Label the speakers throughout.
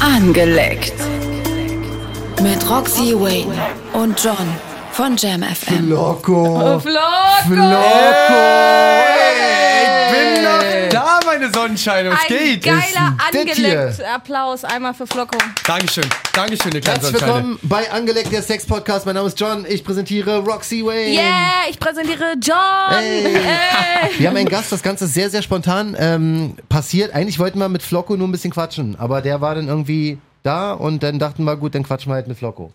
Speaker 1: Angeleckt. Mit Roxy Wayne und John von Jam FM.
Speaker 2: Oh,
Speaker 3: Loco.
Speaker 2: Vlog!
Speaker 3: bin noch da, meine Sonnenscheine. Was
Speaker 2: Ein
Speaker 3: geht?
Speaker 2: geiler,
Speaker 3: Was ist denn das
Speaker 2: angelegter
Speaker 3: hier?
Speaker 2: Applaus einmal für Flocko.
Speaker 3: Dankeschön. Dankeschön, ihr kleinen
Speaker 4: Herzlich
Speaker 3: Sonnenscheine.
Speaker 4: willkommen bei Angelegt, der Sex-Podcast. Mein Name ist John, ich präsentiere Roxy Wayne.
Speaker 2: Yeah, Äh. ich präsentiere John!
Speaker 4: Hey.
Speaker 2: Hey.
Speaker 4: Wir haben einen Gast, das Ganze ist sehr, sehr spontan ähm, passiert. Eigentlich wollten wir mit Flocko nur ein bisschen quatschen, aber der war dann irgendwie da und dann dachten wir, gut, dann quatschen wir halt mit Flocko.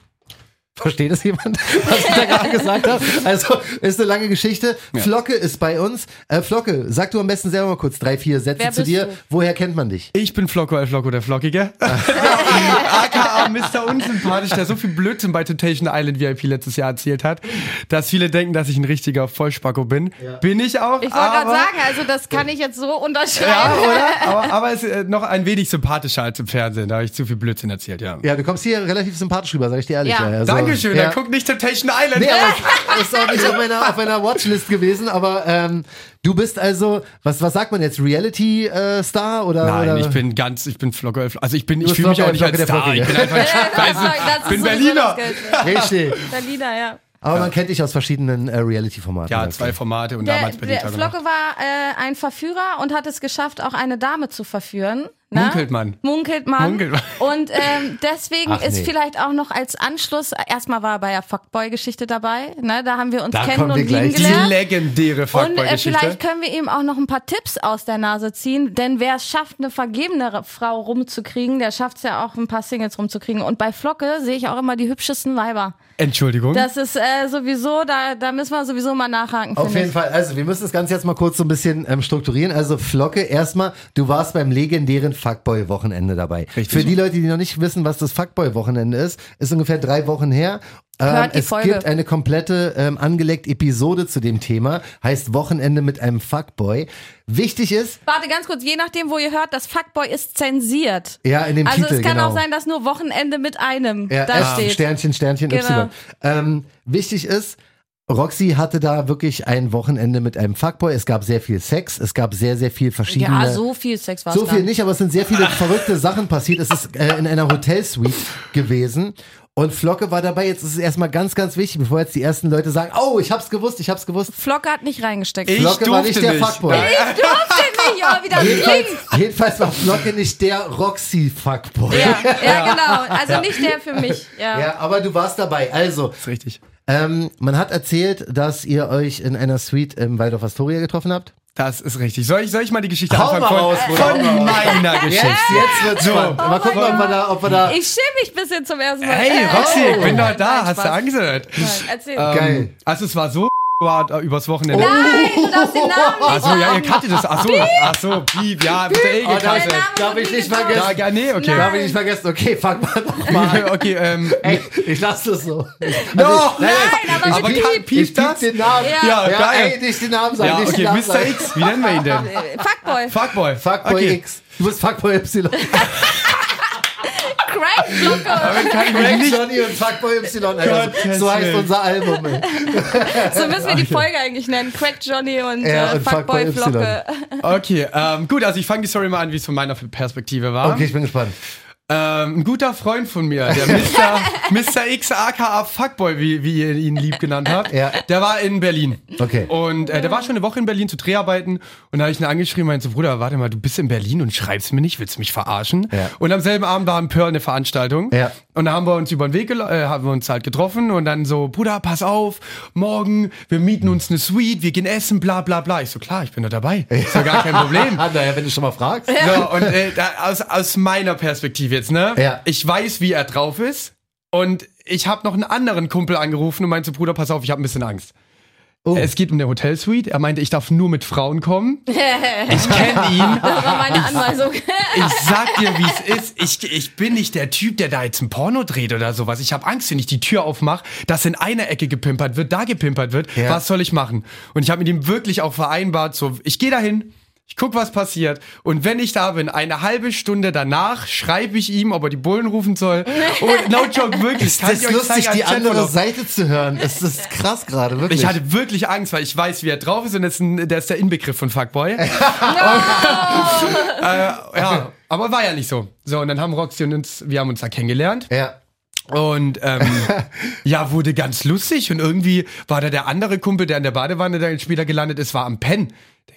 Speaker 4: Versteht das jemand, was ich da gerade gesagt habe? Also, ist eine lange Geschichte. Flocke ist bei uns. Äh, Flocke, sag du am besten selber mal kurz drei, vier Sätze
Speaker 2: Wer
Speaker 4: zu
Speaker 2: bist
Speaker 4: dir.
Speaker 2: du?
Speaker 4: Woher kennt man dich?
Speaker 3: Ich bin Flocko, El Flocko, der Flockige. AKA Mr. Unsympathisch, der so viel Blödsinn bei Temptation Island VIP letztes Jahr erzählt hat, dass viele denken, dass ich ein richtiger Vollspacko bin. Bin ich auch.
Speaker 2: Ich wollte gerade
Speaker 3: aber-
Speaker 2: sagen, also das kann ich jetzt so
Speaker 3: Ja,
Speaker 2: unterschreiben.
Speaker 3: oder? Aber, aber ist äh, noch ein wenig sympathischer als im Fernsehen. Da habe ich zu viel Blödsinn erzählt, ja.
Speaker 4: Ja, du kommst hier relativ sympathisch rüber, sag ich dir ehrlich.
Speaker 2: Ja.
Speaker 4: Also,
Speaker 3: Dankeschön,
Speaker 4: ja.
Speaker 3: dann guck nicht Temptation Island.
Speaker 4: Nee, aber es ist auch nicht auf meiner, auf meiner Watchlist gewesen, aber ähm, du bist also, was, was sagt man jetzt, Reality-Star oder?
Speaker 3: Nein,
Speaker 4: oder?
Speaker 3: ich bin ganz, ich bin Flocker. Also ich bin, ich
Speaker 4: bist
Speaker 3: fühle mich
Speaker 4: Flocker,
Speaker 3: auch nicht als
Speaker 4: Flocker, der
Speaker 3: Star. Ich
Speaker 4: Flockige.
Speaker 3: bin einfach ein
Speaker 2: Ja, das ist- das
Speaker 3: Scheiße.
Speaker 2: ist
Speaker 3: bin
Speaker 2: sowieso
Speaker 3: Berliner.
Speaker 2: das Geld.
Speaker 4: Richtig.
Speaker 2: Berliner, ja.
Speaker 4: Aber man kennt dich aus verschiedenen äh, Reality-Formaten.
Speaker 3: Ja,
Speaker 4: Also.
Speaker 3: zwei Formate und
Speaker 2: Der,
Speaker 3: damals also Berlin
Speaker 2: der Flocke war äh, ein Verführer und hat es geschafft, auch eine Dame zu verführen. ne?
Speaker 3: Munkelt man.
Speaker 2: Munkelt man.
Speaker 3: Munkelt man.
Speaker 2: Und ähm, deswegen
Speaker 4: Ach,
Speaker 2: ist
Speaker 4: nee.
Speaker 2: vielleicht auch noch als Anschluss, erstmal war er bei der Fuckboy-Geschichte dabei, ne? da haben wir uns
Speaker 4: Da
Speaker 2: kennen
Speaker 4: kommen
Speaker 2: und
Speaker 4: wir gleich
Speaker 2: lieben
Speaker 4: zu.
Speaker 3: Die
Speaker 2: gelernt.
Speaker 3: legendäre
Speaker 2: Und äh,
Speaker 3: Fuckboy-Geschichte.
Speaker 2: vielleicht können wir ihm auch noch ein paar Tipps aus der Nase ziehen, denn wer es schafft, eine vergebene Frau rumzukriegen, der schafft es ja auch, ein paar Singles rumzukriegen. Und bei Flocke sehe ich auch immer die hübschesten Weiber.
Speaker 3: Entschuldigung.
Speaker 2: Das ist äh, sowieso, da, da müssen wir sowieso mal nachhaken.
Speaker 4: Auf
Speaker 2: finde
Speaker 4: jeden
Speaker 2: ich.
Speaker 4: Fall, also wir müssen das Ganze jetzt mal kurz so ein bisschen ähm, strukturieren. Also Flocke, erstmal, du warst beim legendären Fuckboy-Wochenende dabei.
Speaker 3: Richtig.
Speaker 4: Für die Leute, die noch nicht wissen, was das Fuckboy-Wochenende ist, ist ungefähr drei Wochen her. Ähm,
Speaker 2: Hört die
Speaker 4: es
Speaker 2: Folge.
Speaker 4: gibt eine komplette ähm, angelegte Episode zu dem Thema, heißt Wochenende mit einem Fuckboy. Wichtig ist,
Speaker 2: Warte ganz kurz, je nachdem, wo ihr hört, das Fuckboy ist zensiert.
Speaker 4: ja, in dem
Speaker 2: Also
Speaker 4: Titel,
Speaker 2: es kann
Speaker 4: genau.
Speaker 2: auch sein, dass nur Wochenende mit einem
Speaker 4: Ja,
Speaker 2: da
Speaker 4: äh,
Speaker 2: steht.
Speaker 4: Sternchen, Sternchen,
Speaker 2: Genau.
Speaker 4: Y. Ähm, wichtig ist, Roxy hatte da wirklich ein Wochenende mit einem Fuckboy. Es gab sehr viel Sex, es gab sehr, sehr viel verschiedene.
Speaker 2: Ja, so viel Sex war es
Speaker 4: So viel nicht, aber es sind sehr viele verrückte Sachen passiert. Es ist äh, in einer Hotelsuite gewesen. Und Flocke war dabei. Jetzt ist es erstmal ganz, ganz wichtig, bevor jetzt die ersten Leute sagen, oh, ich hab's gewusst, ich hab's gewusst.
Speaker 2: Flocke hat nicht reingesteckt.
Speaker 3: Ich
Speaker 4: Flocke war
Speaker 3: durfte
Speaker 4: nicht der
Speaker 3: nicht.
Speaker 4: Fuckboy.
Speaker 2: Ich durfte nicht, aber wieder
Speaker 4: Jedenfalls,
Speaker 2: links.
Speaker 4: jedenfalls war Flocke nicht der Roxy-Fuckboy.
Speaker 2: Ja, ja, genau. Also nicht der für mich. Ja.
Speaker 4: Ja, aber du warst dabei. Also,
Speaker 3: ist richtig.
Speaker 4: ähm, man hat erzählt, dass ihr euch in einer Suite im Waldorf Astoria getroffen habt.
Speaker 3: Das ist richtig. Soll ich, soll ich mal die Geschichte
Speaker 4: Hau
Speaker 3: anfangen
Speaker 4: mal
Speaker 3: von,
Speaker 4: raus, Bruder, hau
Speaker 3: von
Speaker 4: mal raus.
Speaker 3: meiner Geschichte?
Speaker 4: jetzt wird's spannend. mal gucken, ob wir da, ob wir da,
Speaker 2: Oh Ich schäme mich ein bisschen zum ersten Mal. Äh, oh.
Speaker 3: Hey, Roxy, ich bin doch da.
Speaker 2: Nein,
Speaker 3: Hast du
Speaker 2: Spaß.
Speaker 3: angehört?
Speaker 2: Nein, Erzähl.
Speaker 4: Geil.
Speaker 3: Also es war so war übers Wochenende.
Speaker 4: Oh,
Speaker 2: Nein, Oh. du darfst den Namen nicht
Speaker 3: Achso, Also, ja, ihr
Speaker 2: sagen.
Speaker 3: kanntet das. Achso, achso, piep, ja, bitte eh
Speaker 4: Oh, darf,
Speaker 3: gekattet.
Speaker 2: Name
Speaker 4: ich- darf ich nicht
Speaker 2: wird
Speaker 3: Da,
Speaker 4: vergessen.
Speaker 3: ja, nee, okay.
Speaker 4: Darf ich nicht vergessen. Okay, fangen wir nochmal an.
Speaker 3: Okay, ähm,
Speaker 4: Ey, ich lasse das so. Also,
Speaker 3: No!
Speaker 4: nein,
Speaker 2: Nein, aber
Speaker 3: aber
Speaker 2: mit
Speaker 3: kann-
Speaker 2: Piep.
Speaker 3: piep
Speaker 4: ich piep
Speaker 3: das?
Speaker 4: den Namen.
Speaker 2: Ja.
Speaker 3: Ja, geil.
Speaker 4: ey, nicht den Namen sagen.
Speaker 3: Ja,
Speaker 4: nicht
Speaker 3: okay,
Speaker 4: den Namen
Speaker 3: Mr.
Speaker 4: sagen.
Speaker 3: X, wie nennen wir ihn denn?
Speaker 2: Äh, Fuckboy.
Speaker 3: Fuckboy.
Speaker 4: Fuckboy
Speaker 3: okay.
Speaker 4: X. Du bist Fuckboy Y.
Speaker 2: Craig Flocke.
Speaker 3: Damit kann ich mich
Speaker 4: Craig
Speaker 3: nicht.
Speaker 4: Johnny und Fuckboy Y. Alter,
Speaker 3: Gottes
Speaker 4: so heißt
Speaker 3: Willen.
Speaker 4: unser Album. ey.
Speaker 2: So müssen wir die Folge eigentlich nennen. Craig Johnny und,
Speaker 4: Ja,
Speaker 2: äh,
Speaker 4: und Fuckboy
Speaker 2: Fuckboy
Speaker 4: Y.
Speaker 2: Flocke.
Speaker 3: Okay, ähm, gut, also ich fange die Story mal an, wie es von meiner Perspektive war.
Speaker 4: Okay, ich bin gespannt.
Speaker 3: Ähm, ein guter Freund von mir, der Mr. Mr. X aka Fuckboy, wie, wie ihr ihn lieb genannt habt,
Speaker 4: Ja.
Speaker 3: der war in Berlin.
Speaker 4: Okay.
Speaker 3: Und äh, der war schon eine Woche in Berlin zu Dreharbeiten und da habe ich ihn angeschrieben, meinte so, Bruder, warte mal, du bist in Berlin und schreibst mir nicht, willst du mich verarschen?
Speaker 4: Ja.
Speaker 3: Und am selben Abend war in Pearl eine Veranstaltung
Speaker 4: Ja.
Speaker 3: und da haben wir uns über den Weg, gel- äh, haben wir uns halt getroffen und dann so, Bruder, pass auf, morgen, wir mieten uns eine Suite, wir gehen essen, bla bla bla. Ich so, klar, ich bin da dabei, ist ja gar kein Problem.
Speaker 4: Ah, naja, wenn du schon mal fragst.
Speaker 3: So, und äh, da, aus, aus meiner Perspektive jetzt, ne?
Speaker 4: Ja.
Speaker 3: Ich weiß, wie er drauf ist. Und ich habe noch einen anderen Kumpel angerufen und meinte, Bruder, pass auf, ich habe ein bisschen Angst.
Speaker 4: Oh.
Speaker 3: Es geht um eine Hotelsuite. Er meinte, ich darf nur mit Frauen kommen. Ich kenne ihn.
Speaker 2: Das war
Speaker 3: Ah.
Speaker 2: meine Anweisung.
Speaker 3: Ich sag dir, wie es ist. Ich, ich bin nicht der Typ, der da jetzt ein Porno dreht oder sowas. Ich habe Angst, wenn ich die Tür aufmache, dass in einer Ecke gepimpert wird, da gepimpert wird.
Speaker 4: Ja.
Speaker 3: Was soll ich machen? Und ich habe mit ihm wirklich auch vereinbart, so, ich gehe dahin, Ich guck, was passiert. Und wenn ich da bin, eine halbe Stunde danach, schreibe ich ihm, ob er die Bullen rufen soll. Und no joke, wirklich.
Speaker 4: Ist das lustig, die andere Seite zu hören. Es ist krass gerade, wirklich.
Speaker 3: Ich hatte wirklich Angst, weil ich weiß, wie er drauf ist und das ist, ein, der ist der Inbegriff von Fuckboy. äh, ja, aber war ja nicht so. So, und dann haben Roxy und uns, wir haben uns da kennengelernt.
Speaker 4: ja.
Speaker 3: Und ähm, ja, wurde ganz lustig und irgendwie war da der andere Kumpel, der in der Badewanne dann später gelandet ist, war am Pen.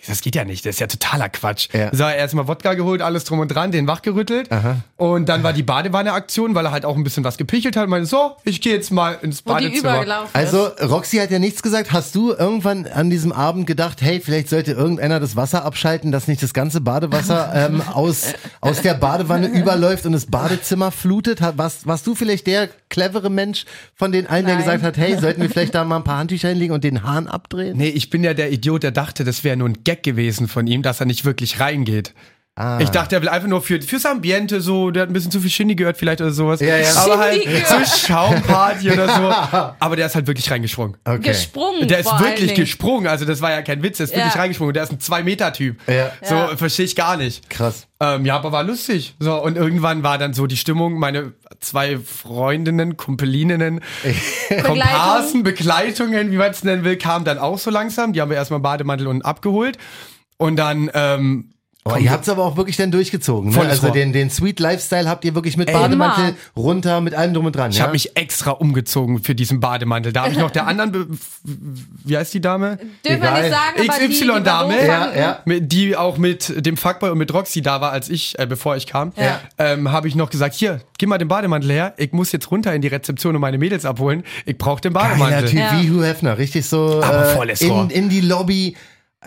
Speaker 3: Das geht ja nicht, das ist ja totaler Quatsch.
Speaker 4: Ja.
Speaker 3: So, erstmal Wodka geholt, alles drum und dran, den wachgerüttelt. Und dann war die Badewanne-Aktion, weil er halt auch ein bisschen was gepichelt hat. und Meinte, so, ich gehe jetzt mal ins
Speaker 2: Wo die
Speaker 3: Badezimmer.
Speaker 2: übergelaufen ist.
Speaker 4: Also, Roxy hat ja nichts gesagt. Hast du irgendwann an diesem Abend gedacht, hey, vielleicht sollte irgendeiner das Wasser abschalten, dass nicht das ganze Badewasser ähm, aus, aus der Badewanne überläuft und das Badezimmer flutet? Hat- Warst, warst du vielleicht der clevere Mensch von den allen, der
Speaker 2: Nein.
Speaker 4: gesagt hat, hey, sollten wir vielleicht da mal ein paar Handtücher hinlegen und den Hahn abdrehen?
Speaker 3: Nee, ich bin ja der Idiot, der dachte, das wäre nur ein Gag gewesen von ihm, dass er nicht wirklich reingeht.
Speaker 4: Ah.
Speaker 3: Ich dachte, er will einfach nur für, fürs Ambiente so, der hat ein bisschen zu viel Shindy gehört vielleicht oder sowas.
Speaker 4: Ja, ja.
Speaker 3: Aber halt
Speaker 2: Shindy
Speaker 3: so
Speaker 2: gehört.
Speaker 3: Schaumparty oder so. Aber der ist halt wirklich reingesprungen.
Speaker 2: gesprungen.
Speaker 3: Der ist
Speaker 2: vor allen
Speaker 3: wirklich
Speaker 2: Dingen.
Speaker 3: gesprungen, also das war ja kein Witz, der ist
Speaker 2: Ja.
Speaker 3: wirklich reingesprungen. Der ist ein 2-Meter-Typ.
Speaker 4: Ja.
Speaker 3: So
Speaker 2: Ja.
Speaker 3: verstehe ich gar nicht.
Speaker 4: Krass.
Speaker 3: Ähm, ja, aber war lustig. So, und irgendwann war dann so die Stimmung, meine zwei Freundinnen, Kumpelininnen, Komparsen, Begleitungen, wie man es nennen will, kamen dann auch so langsam. Die haben wir erstmal Bademantel und abgeholt. Und dann, ähm,
Speaker 4: Oh, ihr habt's aber auch wirklich dann durchgezogen. Ne?
Speaker 3: Volles
Speaker 4: Also
Speaker 3: Rohr.
Speaker 4: den, den Sweet Lifestyle habt ihr wirklich mit Bademantel runter, mit allem drum und dran.
Speaker 3: ich
Speaker 4: ja?
Speaker 3: habe mich extra umgezogen für diesen Bademantel. Da habe ich noch der anderen, Be wie heißt die Dame?
Speaker 2: Dürfen wir nicht
Speaker 4: Egal.
Speaker 2: sagen, aber die, die wir
Speaker 3: XY-Dame.
Speaker 2: doof
Speaker 4: Ja,
Speaker 2: fanden,
Speaker 4: ja.
Speaker 3: Mit- die auch mit dem Fuckboy und mit Roxy da war, als ich, äh, bevor ich kam,
Speaker 2: Ja.
Speaker 3: ähm, habe ich noch gesagt, hier, gib mal den Bademantel her, ich muss jetzt runter in die Rezeption und meine Mädels abholen, ich brauche den
Speaker 4: Geiler
Speaker 3: Bademantel.
Speaker 4: Typ,
Speaker 2: Ja.
Speaker 4: wie Hugh Hefner, richtig so
Speaker 3: Ah, Aber
Speaker 4: äh,
Speaker 3: volles Rohr.
Speaker 4: in, in die Lobby,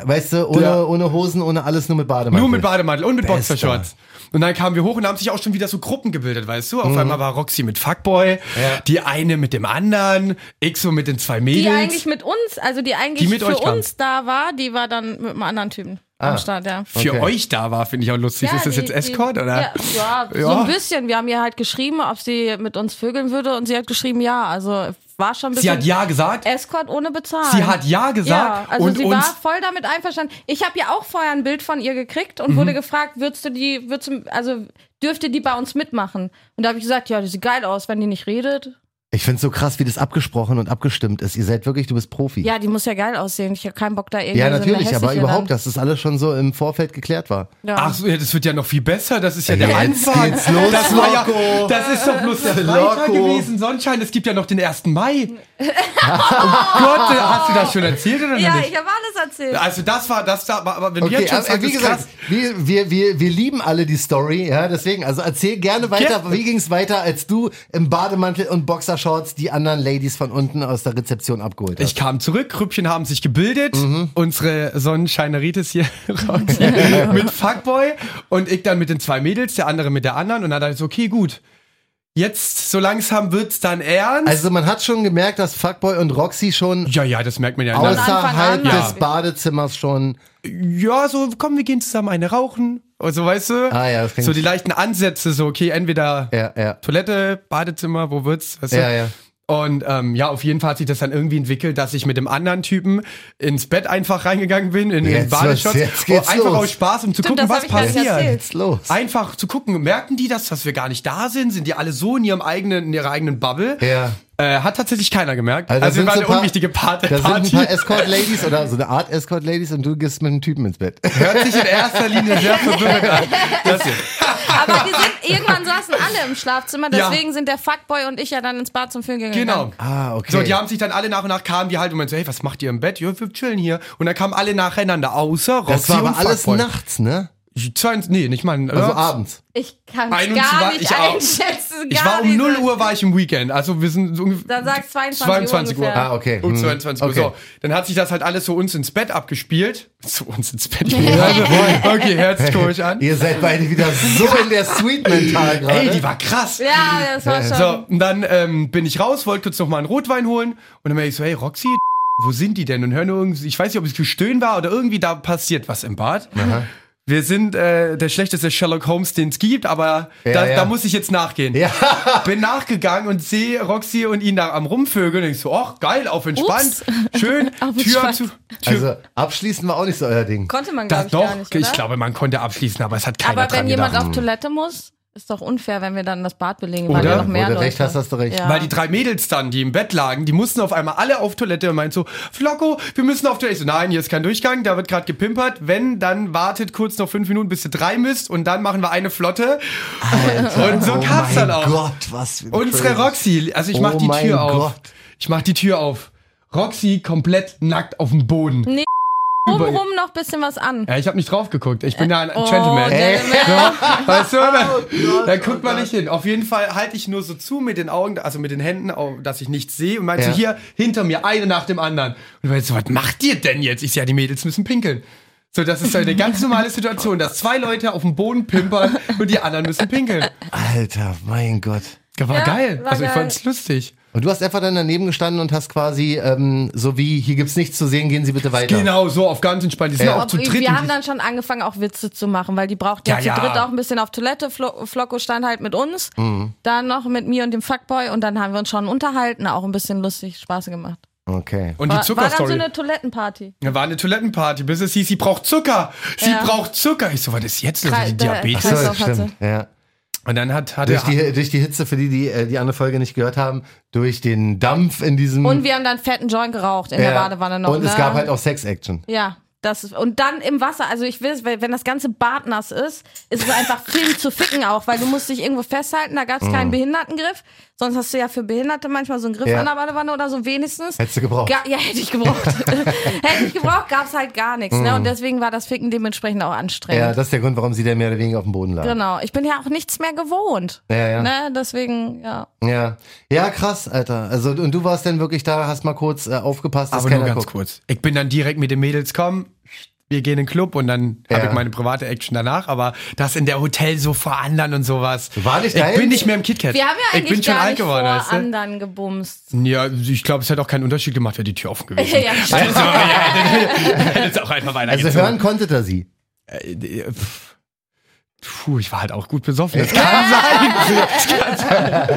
Speaker 4: weißt du, ohne,
Speaker 3: Ja.
Speaker 4: ohne Hosen, ohne alles, nur mit Bademantel.
Speaker 3: Nur mit Bademantel und mit
Speaker 4: Bester.
Speaker 3: Boxershorts. Und dann kamen wir hoch und haben sich auch schon wieder so Gruppen gebildet, weißt du? Auf einmal war Roxy mit Fuckboy,
Speaker 4: Mhm. Ja.
Speaker 3: die eine mit dem anderen, ich so mit den zwei Mädels.
Speaker 2: Die eigentlich mit uns, also die
Speaker 3: Die
Speaker 2: eigentlich
Speaker 3: mit
Speaker 2: für
Speaker 3: euch kam. Ah.
Speaker 2: uns da war, die war dann mit einem anderen Typen am Start, ja.
Speaker 3: für
Speaker 4: Okay.
Speaker 3: euch da war, finde ich auch lustig.
Speaker 2: ja,
Speaker 3: Ist das
Speaker 2: die-
Speaker 3: jetzt
Speaker 2: die-
Speaker 3: Escort, oder?
Speaker 2: Ja, ja, so
Speaker 3: Ja.
Speaker 2: ein bisschen. Wir haben ihr halt geschrieben, ob sie mit uns vögeln würde und sie hat geschrieben, ja. Also war schon ein
Speaker 3: Sie
Speaker 2: bisschen
Speaker 3: hat Ja gesagt.
Speaker 2: Escort ohne bezahlen.
Speaker 3: Sie hat Ja gesagt.
Speaker 2: Ja, also
Speaker 3: und
Speaker 2: sie
Speaker 3: uns
Speaker 2: war voll damit einverstanden. Ich habe ja auch vorher ein Bild von ihr gekriegt
Speaker 3: Mhm.
Speaker 2: und wurde gefragt, würdest du die, würdest du, also dürfte die bei uns mitmachen? Und da habe ich gesagt, ja, die sieht geil aus, wenn die nicht redet.
Speaker 4: Ich find's so krass, wie das abgesprochen und abgestimmt ist. Ihr seid wirklich, du bist Profi.
Speaker 2: Ja, also die muss ja geil aussehen. Ich habe keinen Bock da irgendwie.
Speaker 4: Ja,
Speaker 2: so eine
Speaker 4: natürlich, aber
Speaker 2: hässliche
Speaker 4: überhaupt,
Speaker 2: dann.
Speaker 4: dass das alles schon so im Vorfeld geklärt war.
Speaker 2: Ja.
Speaker 3: Ach so, ja, das wird ja noch viel besser. Das ist ja, der
Speaker 4: jetzt
Speaker 3: Anfang.
Speaker 4: geht's los,
Speaker 3: das, war ja,
Speaker 4: Loco.
Speaker 3: das ist doch bloß der
Speaker 4: Loco.
Speaker 3: Freitag gewesen, Sonnenschein. Es gibt ja noch den 1. Mai. oh Gott, hast du das schon erzählt oder
Speaker 2: ja,
Speaker 3: nicht?
Speaker 2: ich habe alles erzählt.
Speaker 3: Also das war, das da, aber wenn wir
Speaker 4: Okay,
Speaker 3: jetzt schon
Speaker 4: aber äh,
Speaker 3: sagen,
Speaker 4: wie
Speaker 3: ist
Speaker 4: gesagt,
Speaker 3: krass.
Speaker 4: wir, wir, wir, wir lieben alle die Story, ja, deswegen, also erzähl gerne weiter,
Speaker 3: Ja.
Speaker 4: wie ging's weiter, als du im Bademantel und Boxershorts die anderen Ladies von unten aus der Rezeption abgeholt hast?
Speaker 3: Ich kam zurück, Krüppchen haben sich gebildet,
Speaker 4: Mhm.
Speaker 3: unsere Sonnenscheineritis hier Roxy, mit Fuckboy und ich dann mit den zwei Mädels, der andere mit der anderen und dann dachte ich so, okay, gut. Jetzt, so langsam wird's dann ernst.
Speaker 4: also man hat schon gemerkt, dass Fuckboy und Roxy schon
Speaker 3: ja, ja, das merkt man ja. in der
Speaker 4: außerhalb
Speaker 2: Anfang an.
Speaker 4: des
Speaker 2: Ja.
Speaker 4: Badezimmers schon
Speaker 3: ja, so, komm, wir gehen zusammen eine rauchen. Also, weißt du?
Speaker 4: Ah, ja, das klingt-
Speaker 3: So die leichten Ansätze, so, okay, entweder
Speaker 4: Ja, ja.
Speaker 3: Toilette, Badezimmer, wo wird's? Weißt
Speaker 4: Ja,
Speaker 3: du?
Speaker 4: ja.
Speaker 3: Und ähm, ja, auf jeden Fall hat sich das dann irgendwie entwickelt, dass ich mit dem anderen Typen ins Bett einfach reingegangen bin, in den
Speaker 4: Jetzt
Speaker 3: Badeshots.
Speaker 4: wird's- jetzt geht's
Speaker 3: einfach
Speaker 4: los.
Speaker 3: aus Spaß, um zu
Speaker 2: Stimmt,
Speaker 3: gucken,
Speaker 2: das
Speaker 3: was
Speaker 2: hab ich gar nicht
Speaker 3: passiert.
Speaker 2: erzählt.
Speaker 4: Jetzt los.
Speaker 3: Einfach zu gucken, merken die das, dass wir gar nicht da sind? Sind die alle so in ihrem eigenen, in ihrer eigenen Bubble?
Speaker 4: Ja.
Speaker 3: Äh, hat tatsächlich keiner gemerkt. Also,
Speaker 4: da
Speaker 3: wir
Speaker 4: sind
Speaker 3: waren
Speaker 4: so
Speaker 3: eine
Speaker 4: paar-
Speaker 3: unwichtige Part der
Speaker 4: Da sind ein
Speaker 3: Party.
Speaker 4: paar Escort-Ladies oder so eine Art Escort-Ladies und du gehst mit einem Typen ins Bett.
Speaker 3: Hört sich in erster Linie sehr verwirrend an. Das hier.
Speaker 2: Aber die sind, irgendwann saßen alle im Schlafzimmer,
Speaker 3: Ja.
Speaker 2: deswegen sind der Fuckboy und ich ja dann ins Bad zum Vögeln
Speaker 3: Genau.
Speaker 2: gegangen.
Speaker 4: Ah, okay.
Speaker 3: So, die haben sich dann alle nach und nach kamen die halt und meinten so, hey, was macht ihr im Bett? Ja, wir chillen hier. Und dann kamen alle nacheinander, außer Roxy
Speaker 4: das war
Speaker 3: und
Speaker 4: aber alles
Speaker 3: Fuckboy.
Speaker 4: nachts, ne?
Speaker 3: Zwei, nee, nicht mal. ne?
Speaker 4: Also abends.
Speaker 2: Ich kann
Speaker 3: Ein und
Speaker 2: gar
Speaker 3: zwei-
Speaker 2: nicht
Speaker 3: ich auch.
Speaker 2: einschätzen.
Speaker 3: Ich
Speaker 2: gar
Speaker 3: war um
Speaker 2: nicht.
Speaker 3: 0 Uhr war ich im Weekend. Also wir sind so ungefähr.
Speaker 2: Dann sag's 22 Uhr
Speaker 3: Uhr.
Speaker 2: ungefähr.
Speaker 4: Ah, okay.
Speaker 3: Um
Speaker 4: Hm.
Speaker 3: 22 Uhr.
Speaker 4: Okay.
Speaker 3: So, dann hat sich das halt alles so uns ins Bett abgespielt. Zu uns ins Bett. okay, hört sich komisch an.
Speaker 4: Ihr seid beide wieder so in der Sweet-Mental gerade.
Speaker 3: Ey, die war krass.
Speaker 2: Ja, das war schon.
Speaker 3: So, und dann ähm, bin ich raus, wollte kurz noch mal einen Rotwein holen. Und dann merke ich so, hey, Roxy, wo sind die denn? Und hören irgendwie, ich weiß nicht, ob es Gestöhn war oder irgendwie da passiert was im Bad. wir sind äh, der schlechteste Sherlock Holmes, den es gibt, aber
Speaker 4: Ja,
Speaker 3: da,
Speaker 4: ja.
Speaker 3: da muss ich jetzt nachgehen.
Speaker 4: Ja.
Speaker 3: Bin nachgegangen und sehe Roxy und ihn da am Rumvögeln. Und ich so, ach, geil, auf entspannt, schön,
Speaker 2: Auf
Speaker 3: Tür
Speaker 2: entspannt.
Speaker 3: zu. Tür.
Speaker 4: Also abschließen war auch nicht so euer Ding.
Speaker 2: Konnte man,
Speaker 3: da,
Speaker 2: glaube ich,
Speaker 3: doch,
Speaker 2: gar nicht, oder?
Speaker 3: ich glaube, man konnte abschließen, aber es hat keiner
Speaker 2: Aber
Speaker 3: dran
Speaker 2: wenn jemand
Speaker 3: gedacht.
Speaker 2: auf Toilette muss, ist doch unfair, wenn wir dann das Bad belegen, weil
Speaker 3: Oder?
Speaker 2: ja noch mehr
Speaker 4: Wo du
Speaker 2: Leute.
Speaker 4: recht hast, hast du recht.
Speaker 2: Ja.
Speaker 3: Weil die drei Mädels dann, die im Bett lagen, die mussten auf einmal alle auf Toilette und meinten so, Flocko, wir müssen auf Toilette. Ich so, nein, hier ist kein Durchgang, da wird gerade gepimpert. Wenn, dann wartet kurz noch fünf Minuten, bis ihr drei müsst und dann machen wir eine Flotte. und so kam's dann auch.
Speaker 4: Oh Gott, was. für ein
Speaker 3: Unsere
Speaker 4: crazy-
Speaker 3: Roxy, also ich mach
Speaker 4: Oh
Speaker 3: die
Speaker 4: mein
Speaker 3: Tür auf.
Speaker 4: Gott.
Speaker 3: Ich mach die Tür auf. Roxy komplett nackt auf dem Boden.
Speaker 2: Nee,
Speaker 3: Über-
Speaker 2: Rumrum noch bisschen was an.
Speaker 3: Ja, ich habe nicht drauf geguckt. Ich bin ja ein Gentleman.
Speaker 2: Gentleman.
Speaker 3: So, weißt du, da,
Speaker 4: Gott,
Speaker 3: da
Speaker 4: oh
Speaker 3: guckt man nicht hin. Auf jeden Fall halte ich nur so zu mit den Augen, also mit den Händen, au- dass ich nichts sehe. Und meinte
Speaker 4: Ja.
Speaker 3: hier hinter mir, eine nach dem anderen. Und ich meinte so, was macht ihr denn jetzt? Ich sehe, ja, die Mädels müssen pinkeln. So, das ist so eine ganz normale Situation, dass zwei Leute auf dem Boden pimpern und die anderen müssen pinkeln.
Speaker 4: Alter, mein Gott.
Speaker 3: Das war
Speaker 2: Ja,
Speaker 3: geil.
Speaker 2: war
Speaker 3: also ich
Speaker 2: geil.
Speaker 3: fand's lustig.
Speaker 4: Und du hast einfach dann daneben gestanden und hast quasi, ähm, so wie, hier gibt's nichts zu sehen, gehen Sie bitte weiter.
Speaker 3: Genau, so auf ganz entspannt. Die sind
Speaker 4: Ja.
Speaker 3: auch zu
Speaker 2: wir
Speaker 3: dritt.
Speaker 2: haben dann schon angefangen, auch Witze zu machen, weil die brauchten
Speaker 3: Ja,
Speaker 2: ja,
Speaker 3: ja.
Speaker 2: zu dritt auch ein bisschen auf Toilette. Flo Flocko stand halt mit uns,
Speaker 4: Mhm.
Speaker 2: dann noch mit mir und dem Fuckboy und dann haben wir uns schon unterhalten, auch ein bisschen lustig, Spaß gemacht.
Speaker 4: Okay.
Speaker 3: und die
Speaker 2: War, war dann so
Speaker 3: Zuckerstory.
Speaker 2: eine Toilettenparty.
Speaker 3: Da war eine Toilettenparty, bis es hieß, sie braucht Zucker. Sie
Speaker 2: Ja.
Speaker 3: braucht Zucker. Ich so, was ist jetzt los?
Speaker 2: Drei-
Speaker 3: Die
Speaker 2: drei-
Speaker 3: Diabetes?
Speaker 2: drei-
Speaker 4: So,
Speaker 2: Kreislauf hat
Speaker 4: stimmt. Ja.
Speaker 3: Und dann hat, hat
Speaker 4: Durch
Speaker 3: er,
Speaker 4: die, durch die Hitze, für die, die äh, die andere Folge nicht gehört haben, durch den Dampf in diesem.
Speaker 2: Und wir haben dann fetten Joint geraucht in der
Speaker 4: Ja.
Speaker 2: Badewanne noch.
Speaker 4: Und es
Speaker 2: ne?
Speaker 4: gab halt auch Sex-Action.
Speaker 2: Ja, das ist, und dann im Wasser, also ich will, weil- wenn das ganze Bad nass ist, ist es einfach Film zu ficken auch, weil du musst dich irgendwo festhalten, da gab es keinen Behindertengriff, sonst hast du ja für Behinderte manchmal so einen Griff
Speaker 4: Mhm. Ja.
Speaker 2: an der Badewanne oder so wenigstens.
Speaker 4: Hättest du gebraucht.
Speaker 2: Ga ja, hätte ich gebraucht. hätte ich gebraucht, gab es halt gar nichts. Ne? Und deswegen war das Ficken dementsprechend auch
Speaker 4: Mhm. Ja,
Speaker 2: anstrengend.
Speaker 4: das ist der Grund, warum sie da mehr oder weniger auf dem Boden lag.
Speaker 2: genau. Ich bin ja auch nichts mehr gewohnt.
Speaker 4: Ja, ja.
Speaker 2: Ne? Deswegen, ja.
Speaker 4: Ja. Ja, krass, Alter. Also, und du warst dann wirklich da, hast mal kurz äh, aufgepasst, dass
Speaker 3: aber nur
Speaker 4: keiner
Speaker 3: ganz
Speaker 4: guckt.
Speaker 3: kurz. Ich bin dann direkt mit den Mädels kommen. Wir gehen in den Club und dann
Speaker 4: Ja.
Speaker 3: habe ich meine private Action danach. Aber das in der Hotel so vor anderen und sowas.
Speaker 4: War nicht
Speaker 3: ich
Speaker 4: geil?
Speaker 3: bin nicht mehr im KitKat.
Speaker 2: Wir haben ja
Speaker 3: ich
Speaker 2: eigentlich
Speaker 3: bin schon
Speaker 2: gar
Speaker 3: alt
Speaker 2: nicht
Speaker 3: geworden,
Speaker 2: vor
Speaker 3: weißt du?
Speaker 2: anderen gebumst.
Speaker 3: Ja, ich glaube, es hat auch keinen Unterschied gemacht, wäre die Tür offen gewesen.
Speaker 2: ja, stimmt.
Speaker 3: Also, ja, hätte jetzt auch einfach weiter
Speaker 4: Also, hören konntet ihr sie.
Speaker 3: Äh, pff. Puh, ich war halt auch gut besoffen. Das kann sein.